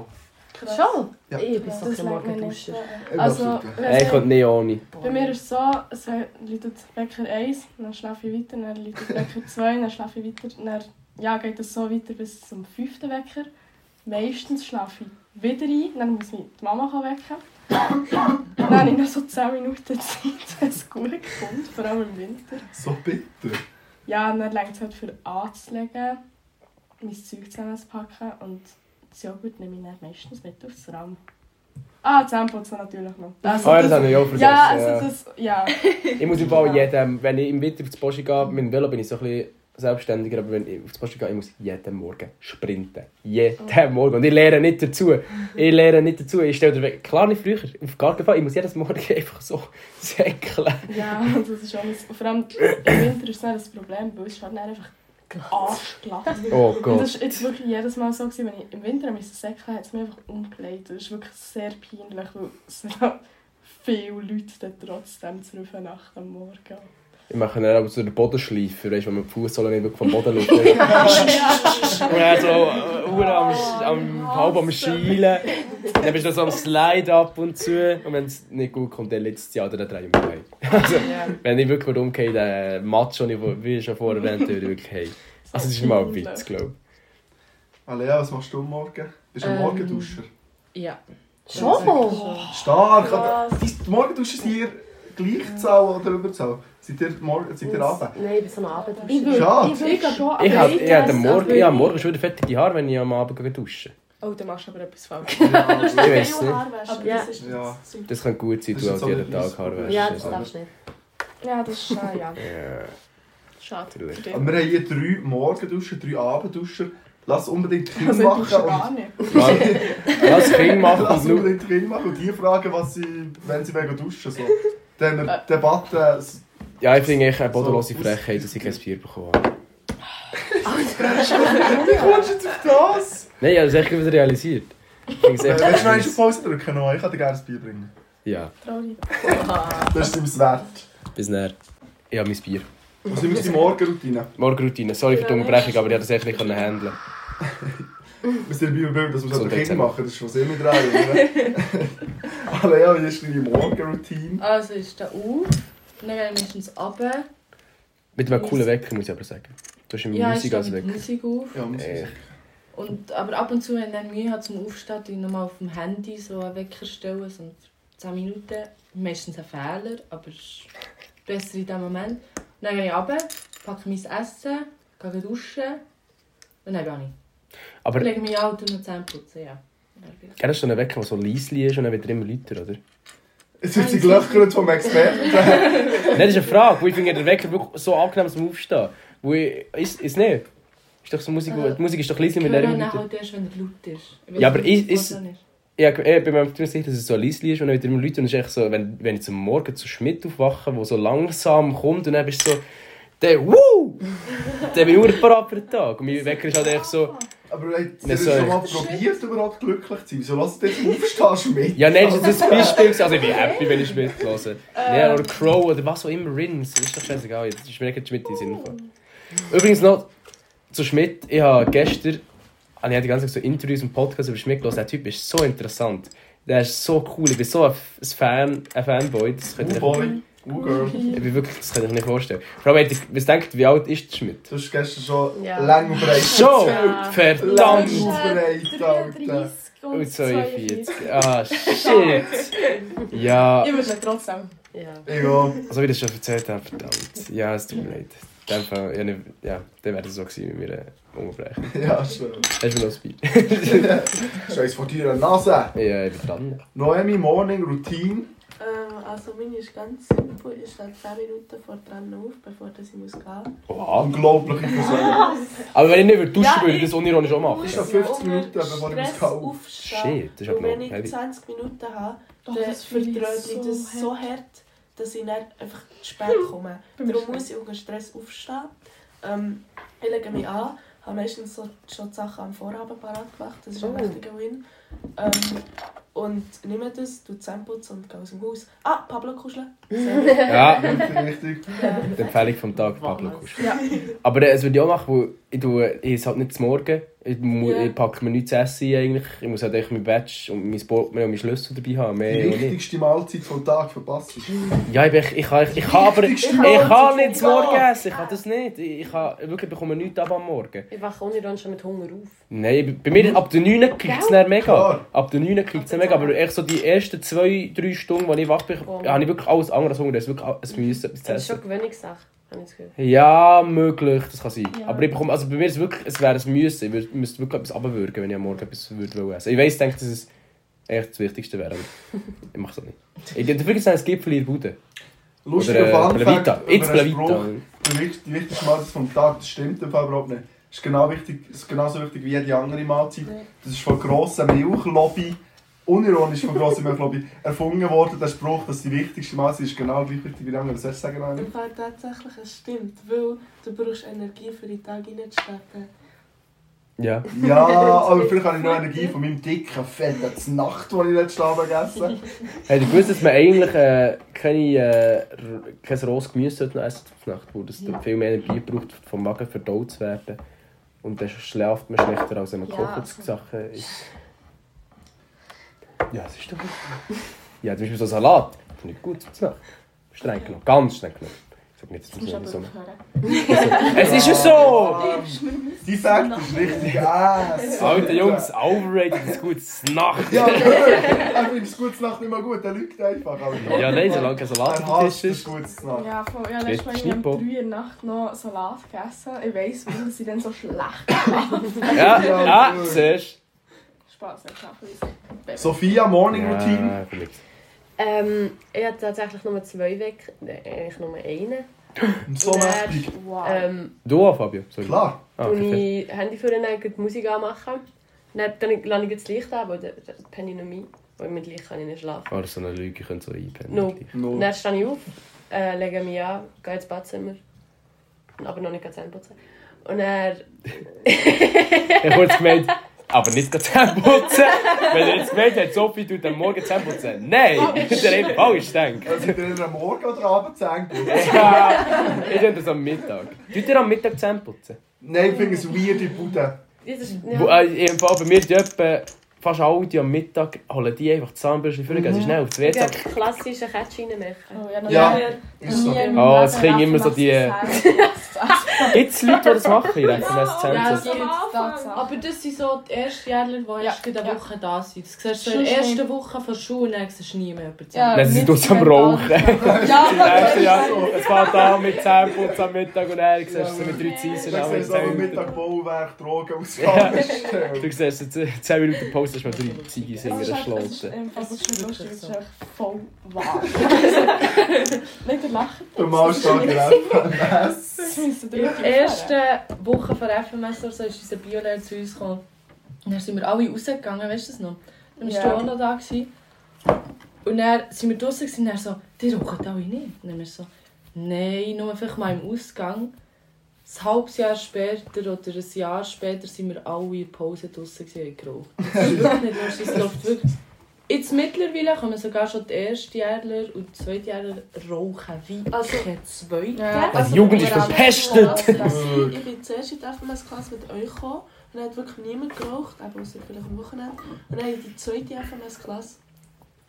S3: krass.
S5: Schon?
S1: Ja.
S5: Ich bin so
S3: Das
S5: ein
S3: lenkt mich nicht.
S5: Morgenduster.
S6: (laughs)
S3: Also,
S1: Absolut.
S2: äh,
S3: wenn-
S13: Hey, ich könnte nicht ohne.
S3: bei mir ist es so, es läutet Wecker 1, dann schlafe ich weiter, dann läutet Wecker (laughs) 2, dann schlafe ich weiter. Dann ja, geht es so weiter bis zum fünften Wecker. Meistens schlafe ich wieder ein, dann muss ich die Mama wecken. dann habe ich noch so 10 Minuten (laughs) Zeit, wenn es gut kommt, vor allem im Winter.
S1: So bitter.
S3: Ja, und dann reicht es halt für anzulegen, mein Zeug zusammenzupacken und das Joghurt nehme ich dann meistens mit aufs Raum. Ah, Zähneputzen natürlich noch.
S5: Also,
S2: Ah,
S3: Das,
S5: Oh.
S2: ja, das habe ich auch vergessen.
S3: ja,
S2: ja.
S3: also das, ja.
S2: Ich muss überall jedem, wenn ich im Winter auf die Post gehe, mit dem Velo bin ich so ein bisschen selbstständiger, aber wenn ich auf die Post gehe, ich muss jeden Morgen sprinten. Jeden Morgen. Und ich lerne nicht dazu. Ich lerne nicht dazu. Ich stelle dir weg. Klar nicht früher, auf gar keinen Fall. Ich muss jedes Morgen (laughs) einfach so säckeln.
S3: Ja, (laughs) das ist auch ein, vor allem im Winter ist es nicht das Problem, weil es ist halt dann einfach arschglatt.
S2: Oh
S3: Und
S2: Gott.
S3: das war jetzt wirklich jedes Mal so, gewesen, wenn ich im Winter am Säckchen hat es mich einfach umgelegt. Das ist wirklich sehr peinlich, weil es sind (laughs) auch viele Leute dann trotzdem zur Nacht am Morgen.
S2: Ich mache dann aber so den Bodenschleifer, weißt du, wenn man die Fußsohle nicht wirklich vom (laughs) Boden schaut. Und dann so äh, Uhr am, am, halb am Schielen. Dann bist du so am Slide ab und zu. Und wenn es nicht gut kommt, dann letztes Jahr, dann drehe ich mich heim. Also, wenn ich wirklich umgehe, dann Matsch, den ich, vor- wie ich schon vorher erwähnt habe, wirklich heim. Also, das ist mal ein Witz, glaube ich.
S1: Alea, was machst du morgen? Bist du ein
S5: Ähm,
S1: Morgenduscher?
S5: Ja. Schon?
S1: Stark! aber Ist die Morgendusche hier gleich Zahl oder Überzahl? Seid ihr, morgen, seid ihr abends?
S5: Nein, ich bin so ein Abendduscher.
S3: Ich würde
S1: Schade.
S3: ich würde schon, aber
S2: Ich habe ich hab
S3: weiss,
S2: am Morgen,
S3: aber
S2: ich hab morgen schon wieder fettige Haare, wenn ich am Abend gehe dusche.
S3: Oh, dann machst du aber etwas falsch.
S2: Ich
S1: Ja,
S2: weiß nicht.
S3: Aber
S5: Ja.
S6: Das ist
S1: Ja.
S6: jetzt super.
S2: Das kann gut sein,
S1: Das
S2: du
S1: ist
S2: halt
S1: jetzt
S2: jeden
S1: auch
S2: Tag Haare
S1: nicht
S2: wäschst.
S5: Ja, das
S2: Also,
S5: darfst du nicht.
S3: ja, das ist schnell, ja.
S2: ja.
S3: Schade.
S2: Natürlich.
S3: Für dich.
S1: Aber wir haben hier drei Morgenduscher, drei Abendduscher. Lass unbedingt Kinder
S3: Also, ich dusche gar
S1: machen. (laughs)
S3: nicht.
S2: Lass- Lass das Kind
S1: Und, lass
S2: machen und schau.
S1: unbedingt Kinder machen und die fragen, was sie, wenn sie wollen duschen so. Dann haben wir die Debatte. äh, s-
S2: Ja, ich finde eigentlich eine bodenlose
S1: So, aus-
S2: Frechheit, dass ich kein Bier bekommen habe.
S1: Wie kommst du jetzt auf das?
S2: Nein, ich habe es echt wieder realisiert. Ich finde es
S1: Äh,
S2: echt
S1: Willst du noch eine
S2: mies.
S1: Pause drücken? Noah? Ich kann dir gerne ein Bier bringen.
S2: Ja,
S3: Traurig.
S1: Das ist ihm das wert.
S13: Bis näher.
S2: ich habe mein Bier.
S1: Was sind unsere Morgenroutine?
S2: Morgenroutine, sorry für die Unterbrechung, aber ich habe das echt nicht können handeln.
S1: Wir sind bei Bild, dass wir so
S2: Gesundheit
S1: Kinder
S2: zusammen.
S1: machen. Das ist schon sehr mit rein. oder? (laughs) Alea, wie ist deine Morgenroutine?
S7: Also ich stehe auf, dann gehe ich meistens runter.
S2: Mit einem coolen Wecker, muss ich aber sagen. Du hast immer
S7: Ja, ich
S2: Musik
S7: stehe
S2: als
S7: mit
S2: Wecker.
S7: Musik auf.
S1: Ja, muss ich
S2: Äh,
S1: sagen.
S7: Und, aber ab und zu, wenn ich dann Mühe habe zum Aufstehen, stelle ich nochmal auf dem Handy so einen Wecker stellen, so 10 Minuten. Meistens ein Fehler, aber es ist besser in dem Moment. Und dann gehe ich runter, packe mein Essen, gehe duschen. Und dann gehe ich.
S2: Aber
S7: Ich
S2: gell,
S7: lege mich an und tu noch die Zähne putzen, ja. Dann bin ich-
S2: das ist so ein Wecker, der so leise ist und dann wird er immer lauter, oder?
S1: Jetzt wird sie gelöchert vom Experten.
S2: Nein, das ist eine Frage, weil ich finde den Wecker wirklich so angenehm zum Aufstehen. Weil, ist es nicht? Ist doch so Musik,
S7: Äh,
S2: die Musik ist doch leise,
S7: Ich
S2: mit
S7: höre
S2: der
S7: ihn
S2: immer
S7: dann
S2: lauter.
S7: halt erst, wenn er laut ist. Ich weiß
S2: Ja, aber
S7: nicht,
S2: ist- ist-
S7: was dann ist.
S2: Ja, ich bin mir ziemlich sicher, dass es so leise ist und dann wieder immer Leute und es ist echt so, wenn, wenn ich zum Morgen zu Schmidt aufwache, wo so langsam kommt und dann bist du so, der wuh, der bin ich nur parat für den Tag und mein Wecker ist halt echt so,
S1: Aber habt ihr
S2: Nein,
S1: das
S2: sorry.
S1: schon mal probiert, überhaupt glücklich zu sein? Wieso lasst ihr jetzt aufstehen, Schmidt?
S2: ja nein, das ist das Beispiel, gewesen. also ich bin happy, wenn ich Schmidt höre. Ja, oder Crow oder was auch immer, Rins, ist doch scheißegal, jetzt ist mir gerade Schmidt in den Sinn gekommen. Übrigens noch zu Schmidt, ich habe gestern, ah, ich habe die ganze Zeit so Interviews und Podcasts über Schmidt gehört, der Typ ist so interessant. Der ist so cool, ich bin so ein F- ein Fan, ein Fanboy, das könnte ich
S1: U-Boy, U-Girl.
S2: Ich bin wirklich, das kann ich mir nicht vorstellen. Vor allem, hätte ich- was denkt ihr, wie alt ist der Schmidt?
S1: Du hast gestern schon
S5: Ja.
S1: lang und breit
S2: Schon!
S1: Lang
S3: eh,
S2: Verdammt!
S1: und breit, Alter.
S3: 33
S2: Und
S3: und 42.
S2: 42. Ah, shit! Ja, Ah.
S3: Ich würde ihn trotzdem.
S5: Ja.
S1: Ja,
S2: so Also, wie ich das schon erzählt habe, verdammt. Ja, es tut mir leid. In dem Fall, ja, ne- ja dann wäre es so gewesen, wie wir äh, umbrechen.
S1: (laughs) ja, schön.
S2: Hast du noch ein Bier?
S1: Scheiß vor deiner Nase.
S2: (laughs) Ja, ich bin dran.
S1: Noemi Morning Routine.
S6: Ähm, also meine ist ganz simpel. Ich stehe 10 Minuten vor dran auf, bevor dass ich muss gehen
S2: Oha.
S1: Unglaubliche Person.
S2: Aber wenn ich nicht würde duschen würde, würde ich das
S6: ich-
S2: unironisch auch
S6: muss.
S2: machen.
S1: schon 50 Minuten,
S6: unter
S1: bevor ich muss
S6: Stress
S1: gehen.
S6: aufstehen.
S2: Shit, das ist
S6: Und
S2: abnormal.
S6: wenn ich
S2: Heavy.
S6: 20 Minuten habe,
S3: Doch,
S6: dann
S3: das fühle ich
S6: vertrödle ich das
S3: so
S6: so hart, dass ich dann einfach zu spät komme.
S3: Bei mir
S6: Darum
S3: schon.
S6: muss ich unter Stress aufstehen. Ähm, ich lege mich an, habe meistens so, schon die Sachen am Vorabend parat gemacht. Das ist ein
S5: Oh.
S6: richtiger Win. Ähm, und nehme das, tue zusammenputz und gehe aus dem Haus. Ah, Pablo kuscheln.
S2: (laughs) Ja,
S1: Richtig.
S2: die Empfehlung vom Tag, Pablo Kusch.
S3: Ja.
S2: Aber äh, das würde ich auch machen, weil ich, tue, ich esse halt nicht zum Morgen. Ich, mu-
S6: Ja.
S2: ich packe mir nichts zu essen eigentlich. Ich muss halt eigentlich mein Badge und mein Portemonnaie und meinen Schlüssel dabei haben.
S1: Die
S2: Mehr auch nicht.
S1: wichtigste Mahlzeit vom Tag verpasst ist.
S2: Ja, ich, bin, ich, kann, ich, ich kann aber... Ich
S1: wichtigste
S2: kann
S1: vom
S2: nicht zum Morgen
S1: Tag.
S2: essen, ich kann das nicht. Ich, ich, kann, wirklich, ich bekomme nichts ab am Morgen.
S14: Ich wache ohne dann schon mit Hunger auf.
S2: Nein, bei mir ab der 9 kriegt es nicht mega.
S1: Klar.
S2: Ab der 9 kriegt es nicht mega, aber echt so die ersten 2-3 Stunden, als ich wach bin,
S14: Oh.
S2: habe ich wirklich alles andere als Hunger. Es ist wirklich all- es müssen etwas zu
S14: Das ist
S2: essen.
S14: schon Gewöhnungssache, habe ich das Gefühl.
S2: Ja, möglich, das kann sein.
S3: Ja.
S2: Aber ich bekomme, also bei mir ist es wirklich, es wäre ein Müssen. Ich würd- müsste wirklich etwas abwürgen, wenn ich am Morgen etwas würde wollen essen. Ich weiss, ich denke, dass es echt das Wichtigste wäre, aber
S14: (laughs)
S2: ich mache es auch nicht. Ich dafür gibt es ein Gipfel in der Bude.
S1: Lustiger Fun Fact
S2: Plavita. Jetzt
S1: über einen
S2: Plavita.
S1: Spruch. Die wichtig- die wichtigste Mahlzeit vom Tag, das stimmt im Fall überhaupt nicht. Das ist genau wichtig, ist genauso wichtig wie jede andere Mahlzeit. Das ist von grossen Milchlobby, unironisch von grossen Milchlobby, erfunden worden, der Spruch, dass die wichtigste Mahlzeit ist genau gleich wichtig wie die andere. Was sollst du sagen, Anni?
S6: Im Fall tatsächlich, es stimmt. Weil du brauchst Energie, für den Tag reinzustarten.
S2: Ja.
S1: Ja, aber vielleicht habe ich noch Energie von meinem dicken, fetten Znacht, den ich letzten Abend gegessen habe.
S2: Hey, du gewusst, dass man eigentlich äh, keine, äh, r- kein rohes Gemüse sollte noch essen sollte Nacht, wo das dann viel mehr Energie braucht, vom Magen verdaut zu werden. Und dann schläft man schlechter, als wenn man
S14: Ja.
S2: kocht Sachen ist. Ja, das ist doch gut. Ja, zum Beispiel so Salat. Das ist nicht gut zur Nacht. Streng genommen, ganz streng genommen. Ich sag
S15: musst
S2: nicht, das muss
S15: aber
S2: so.
S15: hören.
S2: Es ist ja so!
S1: Sie sagt, das ist richtig ass.
S2: Alter Jungs, overrated ist gut Nacht.
S1: Ja, er findet das Gutes Nacht nicht mal gut, er lügt einfach. Aber
S2: Ja, nein, solange kein Salat
S1: er
S2: auf dem
S1: hasst
S2: Tisch
S1: das
S2: ist.
S1: Gutes Nacht.
S3: Ja, voll. Ja,
S2: Jetzt
S3: letztes Mal habe ich um
S2: Schnippo.
S3: 3 Uhr in der Nacht noch Salat gegessen. Ich weiss, warum sie dann so (laughs) schlecht
S2: Ja,
S1: Ja,
S2: ja,
S1: gut.
S2: siehst
S3: Spaß haben.
S1: Sophia,
S2: du.
S1: Morning Routine.
S2: Ja, vielleicht.
S14: Ähm, ich habe tatsächlich nur zwei weg. Nein, eigentlich nur einen.
S1: So
S14: Und dann,
S1: mächtig.
S3: Wow.
S14: Ähm,
S2: Du auch, Fabio? Sorry.
S1: Klar.
S2: Ah,
S14: und
S2: perfekt.
S14: ich Handy für dann die Musik anmachen. Dann, dann lasse ich das Licht an, weil dann dann penne ich noch mehr. Weil mit Licht kann ich nicht schlafen.
S2: Oh, das ist so eine Lüge, ich könnte so einpennen.
S14: No.
S2: Oh.
S1: No.
S14: Dann stehe ich auf, äh, lege mich an, gehe ins Badzimmer. Aber noch nicht ganz einputzen. Und dann
S2: Ich habe kurz gemeint, aber nicht gerade Zähne putzen. Wenn er jetzt gemeint hat, Sophie tut am Morgen Zähne putzen. Nein, (laughs) das hat er falsch gedacht.
S1: Also, ich bin am Morgen oder Abend zählen.
S2: Ja, ich tue das am Mittag. Tut ihr am Mittag Zähne putzen?
S1: Nein, ich finde es weird in Bude.
S14: Das ist,
S2: Wo,
S14: ja,
S2: äh, ich empfehle bei mir die etwa, fast alle, die am Mittag holen Oh, dus die einfach zusammenbürsten vor, gehen sie schnell auf die
S14: ja,
S2: WC.
S14: klassische Catch reinmachen.
S3: Oh, ja, noch
S1: Ja.
S3: nie-
S1: Ist so.
S3: nie in meinem
S2: Oh, es
S3: Leben
S2: kriegen immer so die-
S3: Nachmittags gegessen.
S2: Gibt es Leute, die das machen? Ich denke, das
S5: Ja,
S2: Zähne
S5: das gibt es.
S3: Tatsache.
S5: Aber das sind so die Erstjährler, die erst in der
S3: ja.
S5: Woche da sind. Das siehst du
S3: Schon
S5: in der ersten
S3: schlimm.
S5: Woche von Schuhen, dann siehst du nie mehr über die
S3: Ja,
S2: Nein, sie sind
S3: mit
S2: uns am
S3: Zement-
S2: Rauchen.
S3: Ja,
S2: (laughs) Nächste Jahr, es fängt an mit Zähneputzen am Mittag und dann siehst du sie mit drei
S1: Ich
S2: Zeisen
S1: sehe
S2: am
S1: es aber
S2: Zähne.
S1: Mittag Bauwerk, Drogen und so. (laughs)
S2: Ja.
S1: Stimmt.
S2: Du siehst, jetzt 10 Minuten Pause hast du mal drei Ziegen
S3: Das
S2: hinter
S3: ist
S2: der
S3: echt- das ist
S2: Schlote.
S3: ähm, das ist
S5: wirklich
S3: lustig, das
S5: so.
S3: ist echt voll (laughs) wahr.
S1: (laughs)
S3: Nicht lachen,
S1: Normal steht die
S3: das müssen
S5: In der ersten Woche von FMS oder so ist unser Biolehrer zu uns gekommen. Und dann sind wir alle rausgegangen, weißt du das noch? Dann warst
S3: Ja.
S5: du auch noch da. Gewesen. Und dann sind wir draußen und er so, die rauchen alle nicht. Und dann wir so, nein, nur vielleicht mal im Ausgang. Ein halbes Jahr später oder ein Jahr später sind wir alle in der Pause draußen und haben geraucht. Das ist wirklich nicht lustig, es läuft wirklich. Jetzt mittlerweile kommen sogar schon die Erstjährler und die Zweitjährler rauchen wie
S6: Also-
S5: keine Zweite.
S2: Also die Jugend ist
S1: (laughs)
S2: verpestet!
S1: Leute.
S6: Ich bin zuerst in der FMS-Klasse mit euch gekommen und dann hat wirklich niemand geraucht, eben außer vielleicht am Wochenende. Und dann in die zweite FMS-Klasse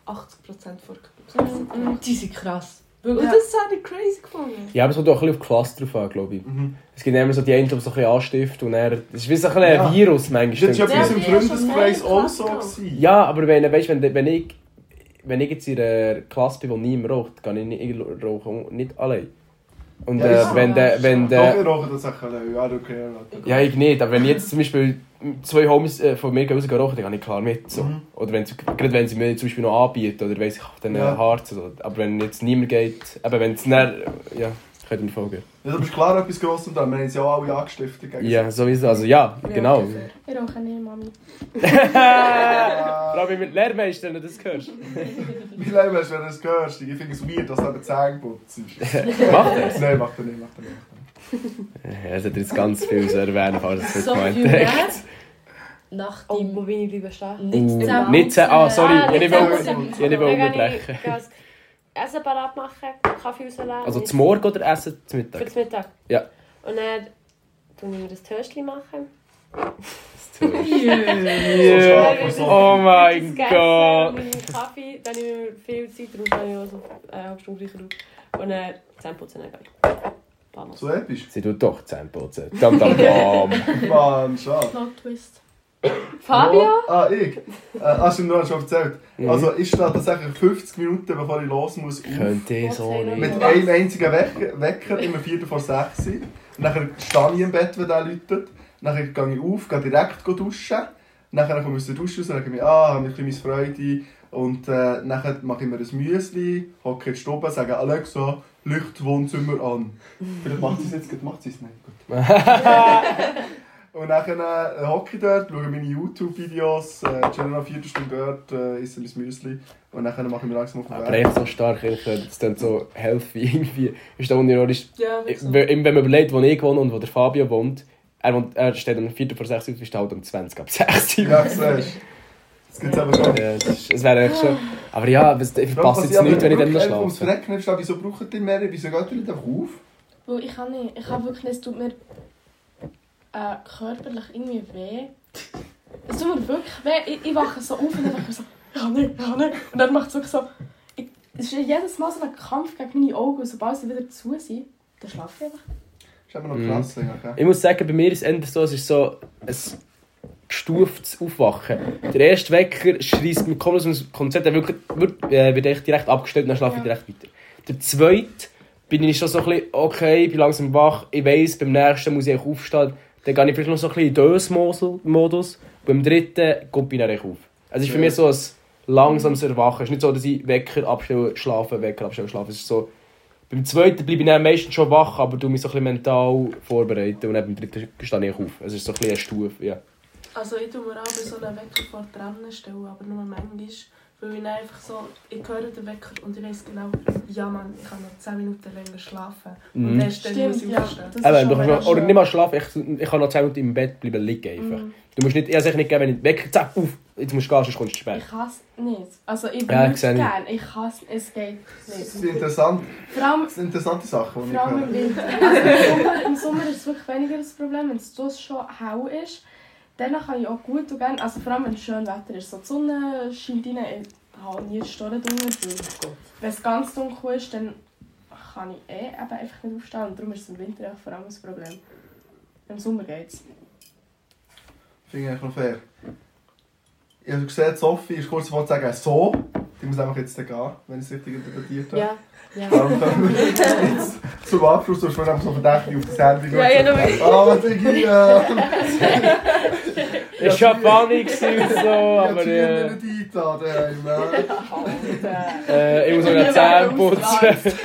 S6: 80% vor Klasse. Und
S5: Die sind krass. Wirklich.
S6: das habe ich crazy gefunden.
S2: Ja, aber es kommt auch ein bisschen auf die Klasse drauf an, glaube ich.
S1: Mhm.
S2: Es gibt immer so die einen, die so ein bisschen anstiften und er... Es ist wie so ein, bisschen
S1: Ja.
S2: ein Virus manchmal.
S1: Das war ja bei uns
S2: stimmt.
S1: im Freundeskreis auch so. gewesen.
S2: Ja, aber wenn, weißt, wenn, wenn, ich, wenn ich jetzt in einer Klasse bin, wo niemand raucht, kann ich nicht, ich rauche nicht allein. Und
S1: Ja,
S2: äh,
S1: ist so.
S2: wenn der... Wenn
S1: Doch, wir
S2: der
S1: rauchen das auch. Ja, okay. Leute.
S2: ja, ich nicht, aber wenn jetzt zum Beispiel zwei Homies äh, von mir gehen rausgehen rauchen, dann gehe ich klar mit. So.
S1: Mhm.
S2: Oder wenn, sie- gerade wenn sie mir zum Beispiel noch anbieten oder weiss ich, dann äh,
S1: Ja.
S2: Harz. Oder, aber wenn jetzt niemand geht, eben wenn es dann... Ja, könnt ihr mir folgen.
S1: Ja, das ist klar etwas Grosses und dann haben sie auch alle angestiftet. gegen-
S2: Ja, sowieso. Also ja, genau.
S3: Ich rauche nicht, Mami.
S2: Frau, wie mit Lehrmeistern, wenn du das hörst.
S1: Mein Leben ist, wenn du es hörst. Ich finde es weird, dass er den Zähne putzt.
S2: (laughs) Macht er?
S1: Nein, macht er nicht, macht er nicht.
S2: Ja, Es hat jetzt ganz viel zu erwähnen, falls er es
S5: So
S2: nicht
S5: viel
S2: gemeint
S5: mehr?
S2: hat.
S16: nach
S5: Oh,
S16: dem
S5: wo bin ich bleiben stehen?
S16: nicht
S2: Uh,
S16: zusammen.
S17: nicht zusammen- ah, sorry,
S5: Ah,
S17: ich
S5: nicht
S17: will,
S5: zusammen-
S17: ich will
S5: Dann gehe ich-
S17: unterbrechen.
S5: gehe das Essen parat machen, Kaffee rauslassen.
S2: Also zum Morgen oder Essen zum
S5: Für
S2: Mittag?
S5: das Mittag.
S2: Ja.
S5: Und dann tun wir das Töstchen machen.
S1: Yeah.
S17: Oh mein
S5: Das
S17: Gott.
S5: Gegessen, meinen Kaffee, dann nehmen wir viel Zeit drauf, dann nehme ich also eine halbe Stunde sicher drauf. Und dann zusammenputzen, dann gehe ich. Vamos.
S1: So episch.
S2: Sie tut doch zusammenputzen. Dam, dam,
S5: (laughs)
S2: dam.
S1: Mann, schade.
S3: Plot Twist.
S5: Fabio?
S1: Oh, ah, ich? Äh, hast du mir noch schon erzählt? Also ich stehe tatsächlich 50 Minuten, bevor ich los muss, auf.
S2: Könnte ich so nicht.
S1: Mit einem einzigen Wecker, Wecker immer Viertel vor sechs sein. Nachher stehe ich im Bett, wenn der läutet. Nachher gehe ich auf, gehe direkt duschen. Nachher komme ich aus der Dusche raus und sage mir, ah, habe ich ein bisschen meine Freude. Und äh, nachher mache ich mir ein Müsli, hocke in die Stube, sage Alexa, Licht das Wohnzimmer an. Vielleicht macht sie es jetzt, gut, macht sie es nicht. Gut. und nachher äh, hocke ich dort, schaue meine YouTube-Videos, äh, chillen noch eine Viertelstunde dort, äh, esse ein Müsli. Und nachher mache ich mir langsam auf den
S2: Aber
S1: Weg.
S2: echt so stark, ich finde, das klingt so healthy irgendwie. Ist da unironisch.
S6: Ja,
S2: Ich-
S6: wirklich. so.
S2: Wenn wenn man überlegt, wo ich wohne und wo der Fabio wohnt, er, wohnt, er steht um 4 vor 6 Uhr, wir stehen halt um 20 ab 6 Uhr.
S1: Ja, siehst du. Das gibt es aber schon.
S2: Ja, das ist- Es wäre echt schon. Aber ja, was- ich
S1: Bro,
S2: verpasse
S1: was
S2: jetzt
S1: aber
S2: nichts, wenn ich dann
S1: wirklich um
S2: noch
S1: einfach ums
S2: schlafe.
S1: Verrecken nicht verstehe, wieso braucht ihr mehr? Wieso geht ihr nicht einfach auf?
S3: Weil ich kann nicht. Ich kann wirklich nicht. Es tut mir äh, körperlich irgendwie weh. Es tut mir wirklich weh. Ich, ich wache so auf und dann denke ich so, ja nicht, ja nicht. Und dann macht es wirklich so. Ich, es ist jedes Mal so ein Kampf gegen meine Augen. Und sobald sie wieder zu sind, dann schlafe ich einfach.
S1: ist immer noch
S2: Mhm.
S1: krass. eigentlich.
S2: Ich muss sagen, bei mir ist es eher so, es ist so ein gestuftes Aufwachen. Der erste Wecker schreist mich komplett aus dem Konzept, der wirklich, wird, äh, wird echt direkt abgestellt und dann schlafe ich direkt weiter. Der zweite bin ich schon so ein bisschen, okay, ich bin langsam wach, ich weiss, beim nächsten muss ich aufstehen. Dann gehe ich vielleicht noch so ein bisschen in Dösmodus. Beim dritten kommt ich dann echt auf. Es ist für
S1: Ja.
S2: mich so ein langsames Erwachen. Es ist nicht so, dass ich Wecker abstelle, schlafe, Wecker abstelle, schlafe. Es ist so, beim zweiten bleibe ich dann meistens schon wach, aber du mich so ein bisschen mental vorbereiten und dann beim dritten stehe ich auf. Es ist so ein bisschen eine Stufe, ja.
S6: Also ich tue mir auch bei so einem Wecker vor die Rennen stellen, aber nur manchmal. Weil ich dann einfach so, ich höre den Wecker und ich weiß genau, ja Mann, ich kann noch 10 Minuten länger schlafen. Und
S2: Mhm.
S6: erst dann muss ich aufstehen.
S3: Das ist
S2: Eben,
S3: schon
S2: du kannst
S3: mega
S2: noch, oder
S3: schön.
S2: nicht mal schlafen, ich, ich kann noch 10 Minuten im Bett bleiben liegen einfach.
S3: Mhm.
S2: Du musst nicht, ich habe nicht geben, wenn ich Wecker, zack, auf, jetzt musst du gehen, sonst kommst du zu spät.
S3: Ich hasse es nicht. Also ich
S2: Ja,
S3: würde
S2: ich sehe nicht.
S3: gerne. Ich hasse es. Es geht
S1: Das
S3: nicht.
S1: sind interessant,
S3: Vor allem,
S1: das sind interessante Sachen, die ich
S3: vor allem im
S1: höre.
S6: (laughs)
S3: Winter. Also im, Sommer, Im Sommer ist es wirklich weniger das Problem, wenn es draussen schon hell ist. Dann kann ich auch gut und gerne, also vor allem wenn es schön Wetter ist, so die Sonne scheint rein, ich habe nie die Storen drunter. Wenn es ganz dunkel ist, dann kann ich eh eben einfach nicht aufstehen und darum ist es im Winter auch vor allem ein Problem. Im Sommer geht es.
S1: Finde ich eigentlich noch fair. Ich habe gesehen, Sophie ist kurz vor zu sagen, so. Die muss einfach jetzt dann gehen, wenn ich es richtig interpretiert habe.
S5: Ja. Ja.
S1: Darum können wir jetzt zum Abschluss, sonst werden wir so verdächtig auf das Handy
S5: Ja, ja,
S1: schauen. Ah, was
S5: (laughs)
S1: ich hier... Ja,
S17: Ich hab auch
S1: (laughs)
S17: nichts so,
S2: Oh,
S17: aber
S1: die haben
S17: äh,
S1: wir nicht einladen, ey, Mann.
S17: äh, ich muss noch Zähne putzen.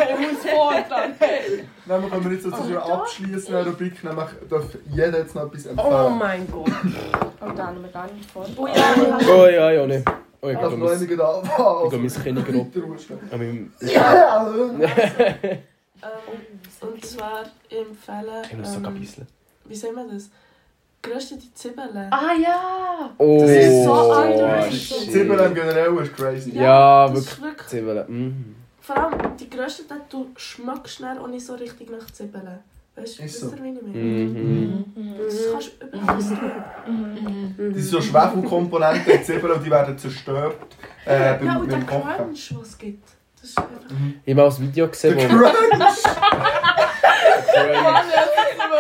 S1: Nein, wir können jetzt
S6: Oh,
S1: zu einer abschließenden Rubrik, nämlich darf jeder jetzt noch etwas
S5: Oh
S1: empfehlen.
S5: mein Gott.
S3: Und da haben wir gar nicht vor.
S6: Oh ja,
S2: (laughs) Oh ja, ja, ne. Oh, ich
S1: Also,
S2: gehe
S1: noch
S2: mein, ich
S1: einige da.
S2: gehe mein Kind grob. an meinem-
S6: ähm, und zwar empfehlen,
S2: Ich muss sogar
S6: ähm,
S2: bisschen.
S6: wie sehen wir das? Geröstete Zwiebeln.
S5: Ah ja.
S2: Oh,
S1: Das ist so
S6: Irish.
S2: shit.
S1: Zimmer im Generell ist crazy.
S2: Ja,
S6: das
S2: Ah, wirklich.
S6: ist wirklich.
S2: Zwiebeln. mhm.
S6: Vor allem die gerösteten, du schmeckst schnell auch nicht so richtig nach Zwiebeln. Weißt du,
S1: Ist
S6: das
S1: so.
S6: meine ich meine?
S2: Mhm.
S6: Das kannst du überall
S1: Das sind so Schwefelkomponenten in Zwiebeln und die werden zerstört äh, beim,
S6: Ja, und der
S1: beim Kochen.
S6: Crunch, was es gibt. Das ist einfach.
S2: Ich habe mal ein Video gesehen,
S1: Der
S2: wo.
S1: Crunch!
S6: (laughs)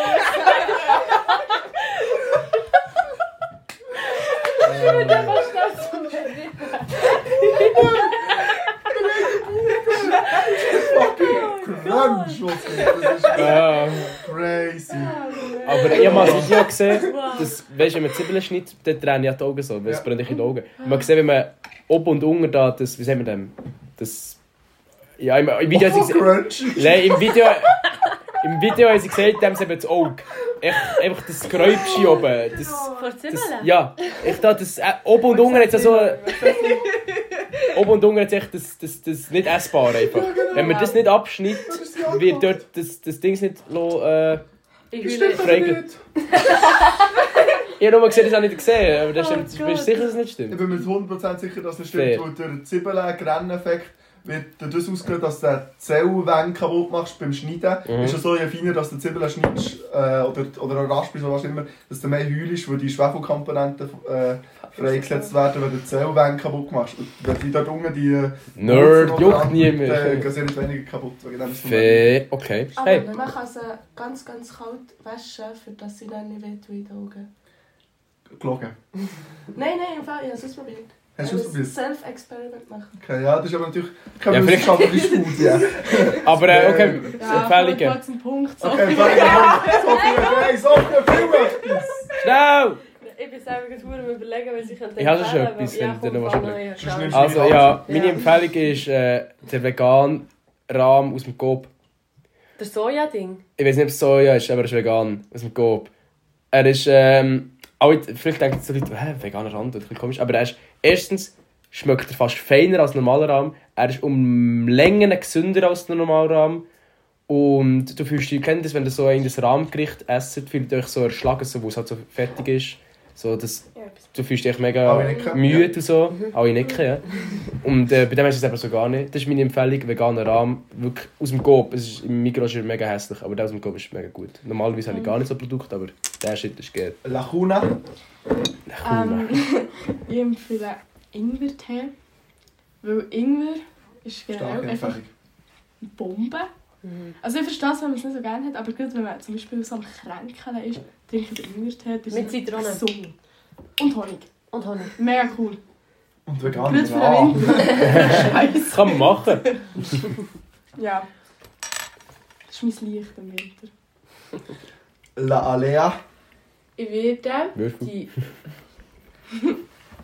S6: Oh
S1: Crunch, was geht? Das ist
S17: Ja.
S1: crazy.
S2: Aber ich habe mal ein Video gesehen, dass, weißt, wenn man Zwiebeln schneidet, dann träne ich die Augen so, weil es
S1: Ja.
S2: brennt in die Augen. Und man sieht, wenn man oben und unten da, das, wie sagen wir dem, das, ja, im, im Video haben
S1: Oh,
S2: sie gesehen,
S1: Crunch!
S2: nein, im Video, im Video haben sie gesagt, dem sieht man das Auge. Echt, einfach das Gräubchen oben, das,
S5: Vor
S2: das,
S5: Zwiebeln?
S2: ja, ich da, das, äh, oben und unten hat es so, oben und unten hat es echt das, das, das nicht essbare einfach. Wenn man das nicht abschneidet, wird dort das, das Ding nicht, lo, äh,
S16: Ich
S1: Stimmt
S16: fühle
S1: das
S2: Frage.
S1: nicht?
S2: Ich habe nur gesehen, das habe ich nicht gesehen. Aber das
S5: Oh
S2: stimmt, du
S5: Gott.
S2: bist sicher, dass es nicht
S1: Ich
S2: stimmt.
S1: bin mir 100% sicher, dass das stimmt,
S2: Fair.
S1: weil der Zwiebeln-Grenneffekt wird dadurch ausgelöst, dass du den Zellwände kaputt machst beim Schneiden.
S2: Mhm.
S1: Ist ja so, je feiner dass du die Zwiebeln schneidest, äh, oder, oder raspelst oder was auch immer, dass du mehr heulst, weil die Schwefelkomponenten äh, freigesetzt werden, wenn du die Zellwände kaputt machst. Und wenn die dort unten die... äh,
S2: Nerd,
S1: Wurzeln
S2: juckt
S1: dran- Dann
S2: niemand.
S1: äh, gehen sie nicht weniger kaputt. Wegen dem ist es normal.
S2: Fair, okay.
S6: Aber
S2: Hey,
S6: man kann sie ganz, ganz kalt waschen, für dass sie dann nicht wehtun in den Augen.
S1: Gelogen.
S6: Nein, nein, im Fall, ich habe es ausprobiert.
S1: Hast du
S6: Ich
S1: es
S6: habe ein
S1: probiert?
S6: Self-Experiment machen.
S1: Okay, ja, das ist aber natürlich keine
S2: Ja,
S1: ja,
S2: vielleicht-
S1: wissenschaftliche Studie.
S2: aber äh, okay,
S3: Ja,
S2: Empfehlungen.
S3: voll zum Punkt. So.
S1: Okay, warte, warte. So viel Preis, so viel Filme!
S2: Schnell!
S5: Ich bin selber gerade verdammt am überlegen, weil ich könnte
S2: Ich habe schon
S5: empfehlen,
S2: etwas,
S5: aber- Ja,
S2: wenn du
S5: komm,
S2: noch was
S5: fang
S2: überlegst.
S5: an, ja,
S1: Sonst
S5: schau.
S1: nimmst
S2: Also ja, meine
S5: Ja.
S2: Empfehlung ist äh, der vegan Rahm aus dem Coop.
S5: Der Soja-Ding.
S2: Ich weiß nicht, ob es Soja ist, aber er ist vegan aus dem Coop. Er ist, ähm, alle, vielleicht denken so Leute, hä, veganer Rahm, das ist ein bisschen komisch, aber er ist, erstens schmeckt er fast feiner als normaler Rahm, er ist um Längen gesünder als der normale Rahm und du fühlst dich, kennt das, wenn du so ein Rahmgericht esst, fühlt ihr euch so erschlagen, so, wo es halt so fertig ist, so, das, du fühlst dich mega
S1: Alle nicken,
S2: müde
S1: ja.
S2: und so, alle nicken, ja. Und äh, bei dem ist es eben so gar nicht. Das ist meine Empfehlung, veganer Rahm. Wirklich aus dem Coop. Es ist, Im Mikro ist er mega hässlich, aber der aus dem Coop ist mega gut. Normalerweise habe ich gar nicht so ein Produkt, aber der Shit ist geil.
S1: Lacuna.
S2: Cool.
S3: Ähm, (laughs) ich empfehle Ingwer-Tee. Weil Ingwer ist generell
S1: Starke
S3: einfach
S1: Empfehlung.
S3: eine Bombe. Also ich verstehe es, wenn man es nicht so gerne hat, aber gerade wenn man zum Beispiel so am Kränkeln ist, trinkt man Ingwer-Tee. das ist
S5: Mit Zitrone.
S3: gesund. Und Honig.
S5: Und Honig.
S3: Mega cool.
S1: Und
S3: Gerade
S1: vegan.
S3: für den Winter. (laughs) Scheiße.
S2: Kann man machen.
S3: Ja. Das ist mein Licht im Winter.
S1: La Alea.
S7: Ich werde
S2: Würfel.
S7: die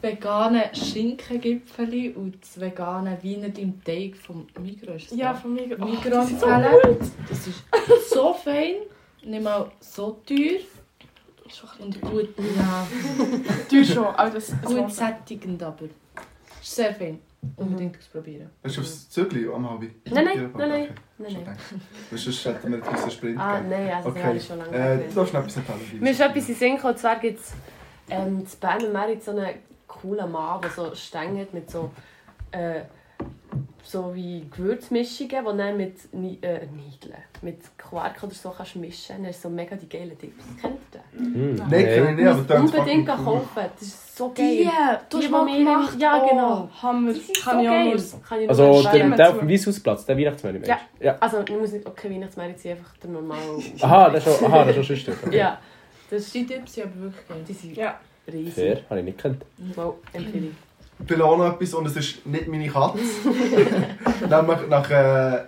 S7: veganen Schinkengipfeli und das vegane Wiener im Teig vom Migros. ist das,
S3: Ja,
S7: gell?
S3: von mir. Oh,
S7: Migros
S3: das ist so
S7: empfehlen.
S3: gut.
S7: Das ist so fein, nicht mal so teuer
S3: Das ist schon ein
S7: und gut, ja,
S3: bisschen teuer schon, aber das das
S7: gut
S3: war's.
S7: sättigend aber. Ist sehr fein. Unbedingt ausprobieren.
S1: Hast du aufs Zögli am Hobby?
S5: Nein, nein, nein, nein. Mhm. nein, nein.
S1: nein. Sonst hätten wir diesen Sprint
S5: Ah,
S1: gegeben.
S5: nein, also das
S1: Okay.
S5: habe ich schon lange
S1: Äh,
S5: äh,
S1: du darfst noch etwas empfehlen.
S5: Mir ist etwas in den Sinn gekommen, und zwar gibt es ähm, in Bern und Märit so einen coolen Mann, der so Stängel hat mit so, äh, so wie Gewürzmischungen, die dann mit Ni äh, Niedeln, mit Quark oder so kannst mischen kannst. Dann hast du so mega die geilen Tipps. Kennt ihr den?
S2: Hm.
S1: Nein, kann ich nicht, aber
S5: Muss
S1: dann
S5: unbedingt kaufen, das ist so geil.
S3: du hast
S5: Die, die
S3: mal
S5: wir
S3: gemacht.
S5: in- ja, genau.
S3: Oh, Hammer.
S5: Die sind
S3: Kann
S5: so
S3: ich auch
S5: geil.
S3: nur sagen.
S5: Kann ich nur
S2: Also
S5: empfehlen.
S2: der,
S3: Stimmt
S2: der
S3: zu.
S2: auf dem Weisshausplatz, der Weihnachtsmann meinst
S5: Ja.
S2: du? ja.
S5: Also, ich muss nicht, okay, Weihnachtsmärchen ist einfach der normale.
S2: Aha, das ist schon, aha, das ist schon stimmt.
S5: (laughs)
S2: Okay.
S5: Ja, das
S7: Dus Die
S5: ist
S7: Tipps sind aber wirklich geil.
S5: die sind
S3: Ja.
S5: riesig.
S2: Fair, habe ich nicht gekannt.
S5: Mal Empfehlung.
S1: Ich will auch noch etwas und es ist nicht meine Katze.
S5: (laughs)
S1: Nämlich nach äh,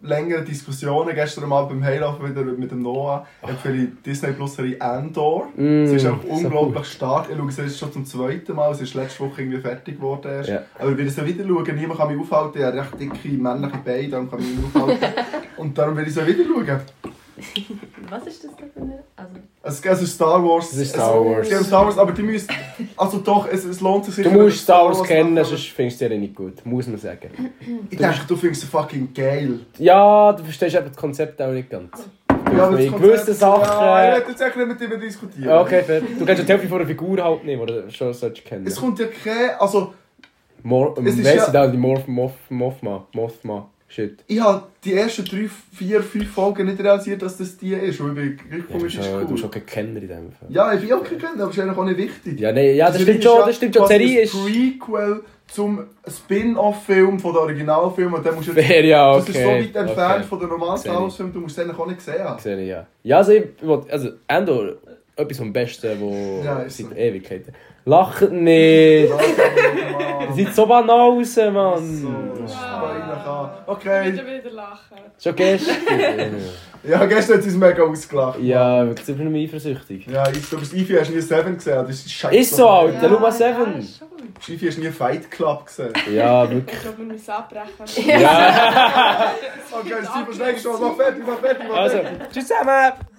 S1: längeren Diskussionen gestern mal beim Heilaufen wieder mit dem Noah empfehle ich Disney Plus Serie Andor.
S2: Mm,
S1: Es ist einfach
S2: so
S1: unglaublich stark. Ich schaue es jetzt schon zum zweiten Mal. Es ist letzte Woche irgendwie fertig geworden. Erst.
S2: Ja.
S1: Aber ich werde es ja wieder schauen. Niemand kann mich aufhalten. Ich habe recht dicke männliche Beine, darum kann ich mich nicht
S2: (laughs)
S1: aufhalten. Und darum werde ich es ja wieder schauen.
S5: Was ist das da für eine? Also,
S1: Es, es ist Star Wars.
S2: Es ist Star Wars.
S1: Es, es ist Star Wars, aber die müssen... Also doch, es, es lohnt sich
S2: Du
S1: sicher.
S2: musst Star Wars kennen,
S1: nachher-
S2: sonst findest du die nicht gut. Muss man sagen.
S1: Ich denke, du findest es fucking geil.
S2: Ja, du verstehst eben das Konzept auch nicht ganz. Du
S1: Ja,
S2: ja,
S1: aber das
S2: gewisse
S1: Konzept-
S2: Sachen...
S1: Ja, ich werde jetzt echt nicht mit dir diskutieren.
S2: Ja, okay, fair. Du kennst ja die Hälfte von der Figur halt nicht, oder schon solltest du kennen.
S1: Es kommt ja kein. Also,
S2: Mor ähm,
S1: Es ist
S2: wer
S1: ja-
S2: sind da die Morph, Morph, Morphma, Morphma, shit.
S1: ich habe die ersten drei, vier, fünf Folgen nicht realisiert, dass das die ist. Und ich bin
S2: Ja, du
S1: gekommen,
S2: bist
S1: ja, ist
S2: auch- du bist auch
S1: cool.
S2: kein Kenner in dem Fall.
S1: Ja, ich bin auch kein Kenner, aber es ist eigentlich auch nicht wichtig.
S2: Ja, nee, ja, das
S1: Die
S2: stimmt
S1: Serie
S2: schon,
S1: ist
S2: das stimmt schon. Die
S1: quasi
S2: Serie
S1: ein
S2: ist...
S1: Prequel zum Spin-off-Film von der Originalfilm. Und dann musst du jetzt-
S2: (laughs) Fair, ja,
S1: Das ist so
S2: (laughs) okay.
S1: weit entfernt
S2: okay.
S1: von der normalen
S2: Sehe
S1: Star Wars-Film, du musst den auch nicht
S2: (laughs)
S1: gesehen haben.
S2: Serie, ja. Ja, also ich will, also Endor, etwas vom Besten, wo
S1: Ja, ist
S2: seit
S1: so.
S2: Ewigkeiten.
S1: (laughs)
S2: Lacht nicht!
S1: Ja, Mann.
S2: Ihr seid so banal raus,
S1: So,
S2: Mann!
S1: das ist peinlich an. Okay.
S3: wieder lachen.
S2: Schon gestern?
S1: Ja, gestern hat es uns mega ausgelacht.
S2: ja, wirklich, ich bin nicht mehr eifersüchtig.
S1: Ja, ich, du bist Ivy, hast nie Seven gesehen, das ist scheiße.
S2: Ist so, Alter, schau mal
S3: Ja,
S2: Seven!
S3: schon.
S1: Ivy hast nie Fight Club gesehen.
S2: Ja, wirklich.
S3: Ich glaube, wir müssen abbrechen.
S2: Ja.
S1: Okay, Steve, was denkst du? Mach fertig, mach fertig, mach fertig.
S2: Also, tschüss zusammen!